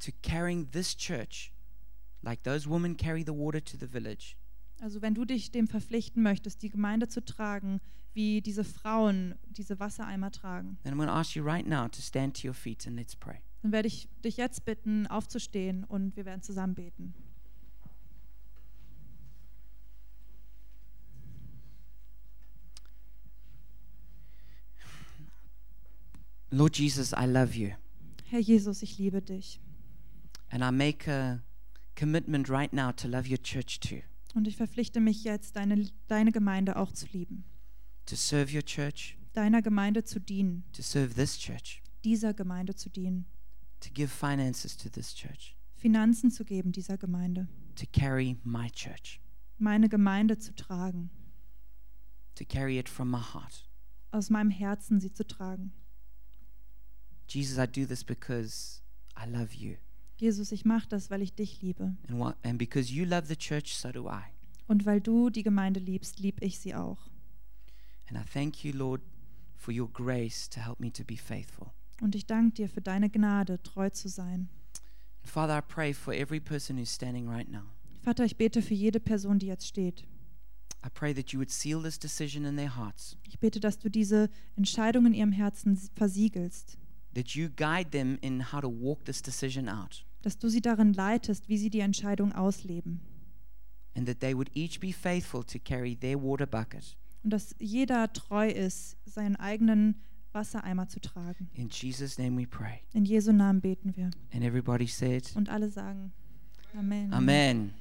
A: to carrying this church, like those women carry the water to the village,
B: Also wenn du dich dem verpflichten möchtest, die Gemeinde zu tragen, wie diese Frauen diese Wassereimer tragen,
A: then I'm going to ask you right now to stand to your feet and let's pray.
B: dann werde ich dich jetzt bitten, aufzustehen und wir werden zusammen beten.
A: Lord Jesus, I love you.
B: Herr Jesus, ich liebe dich
A: And I make a commitment right now to love your church too,
B: und ich verpflichte mich jetzt, deine, deine Gemeinde auch zu lieben,
A: to serve your church,
B: deiner Gemeinde zu dienen,
A: to serve this church,
B: dieser Gemeinde zu dienen,
A: to give finances to this church,
B: Finanzen zu geben dieser Gemeinde,
A: to carry my church,
B: meine Gemeinde zu tragen,
A: to carry it from my heart.
B: aus meinem Herzen sie zu tragen.
A: Jesus, I do this because I love you.
B: Jesus, ich mache das, weil ich dich liebe.
A: And, wha- and because you love the church, so do I.
B: Und weil du die Gemeinde liebst, lieb ich sie auch.
A: And I thank you, Lord, for your grace to help me to be faithful.
B: Und ich danke dir für deine Gnade, treu zu sein.
A: And Father, I pray for every person who's standing right now.
B: Vater, ich bete für jede Person, die jetzt steht.
A: I pray that you would seal this decision in their hearts,
B: Ich bete, dass du diese Entscheidung in ihrem Herzen s- versiegelst,
A: that you guide them in how to walk this decision out,
B: dass du sie darin leitest, wie sie die Entscheidung ausleben.
A: and that they would each be faithful to carry their water bucket.
B: Und dass jeder treu ist, seinen eigenen Wassereimer zu tragen.
A: In Jesus' name we pray.
B: In Jesu Namen beten wir.
A: And everybody said,
B: Und alle sagen Amen.
A: Amen.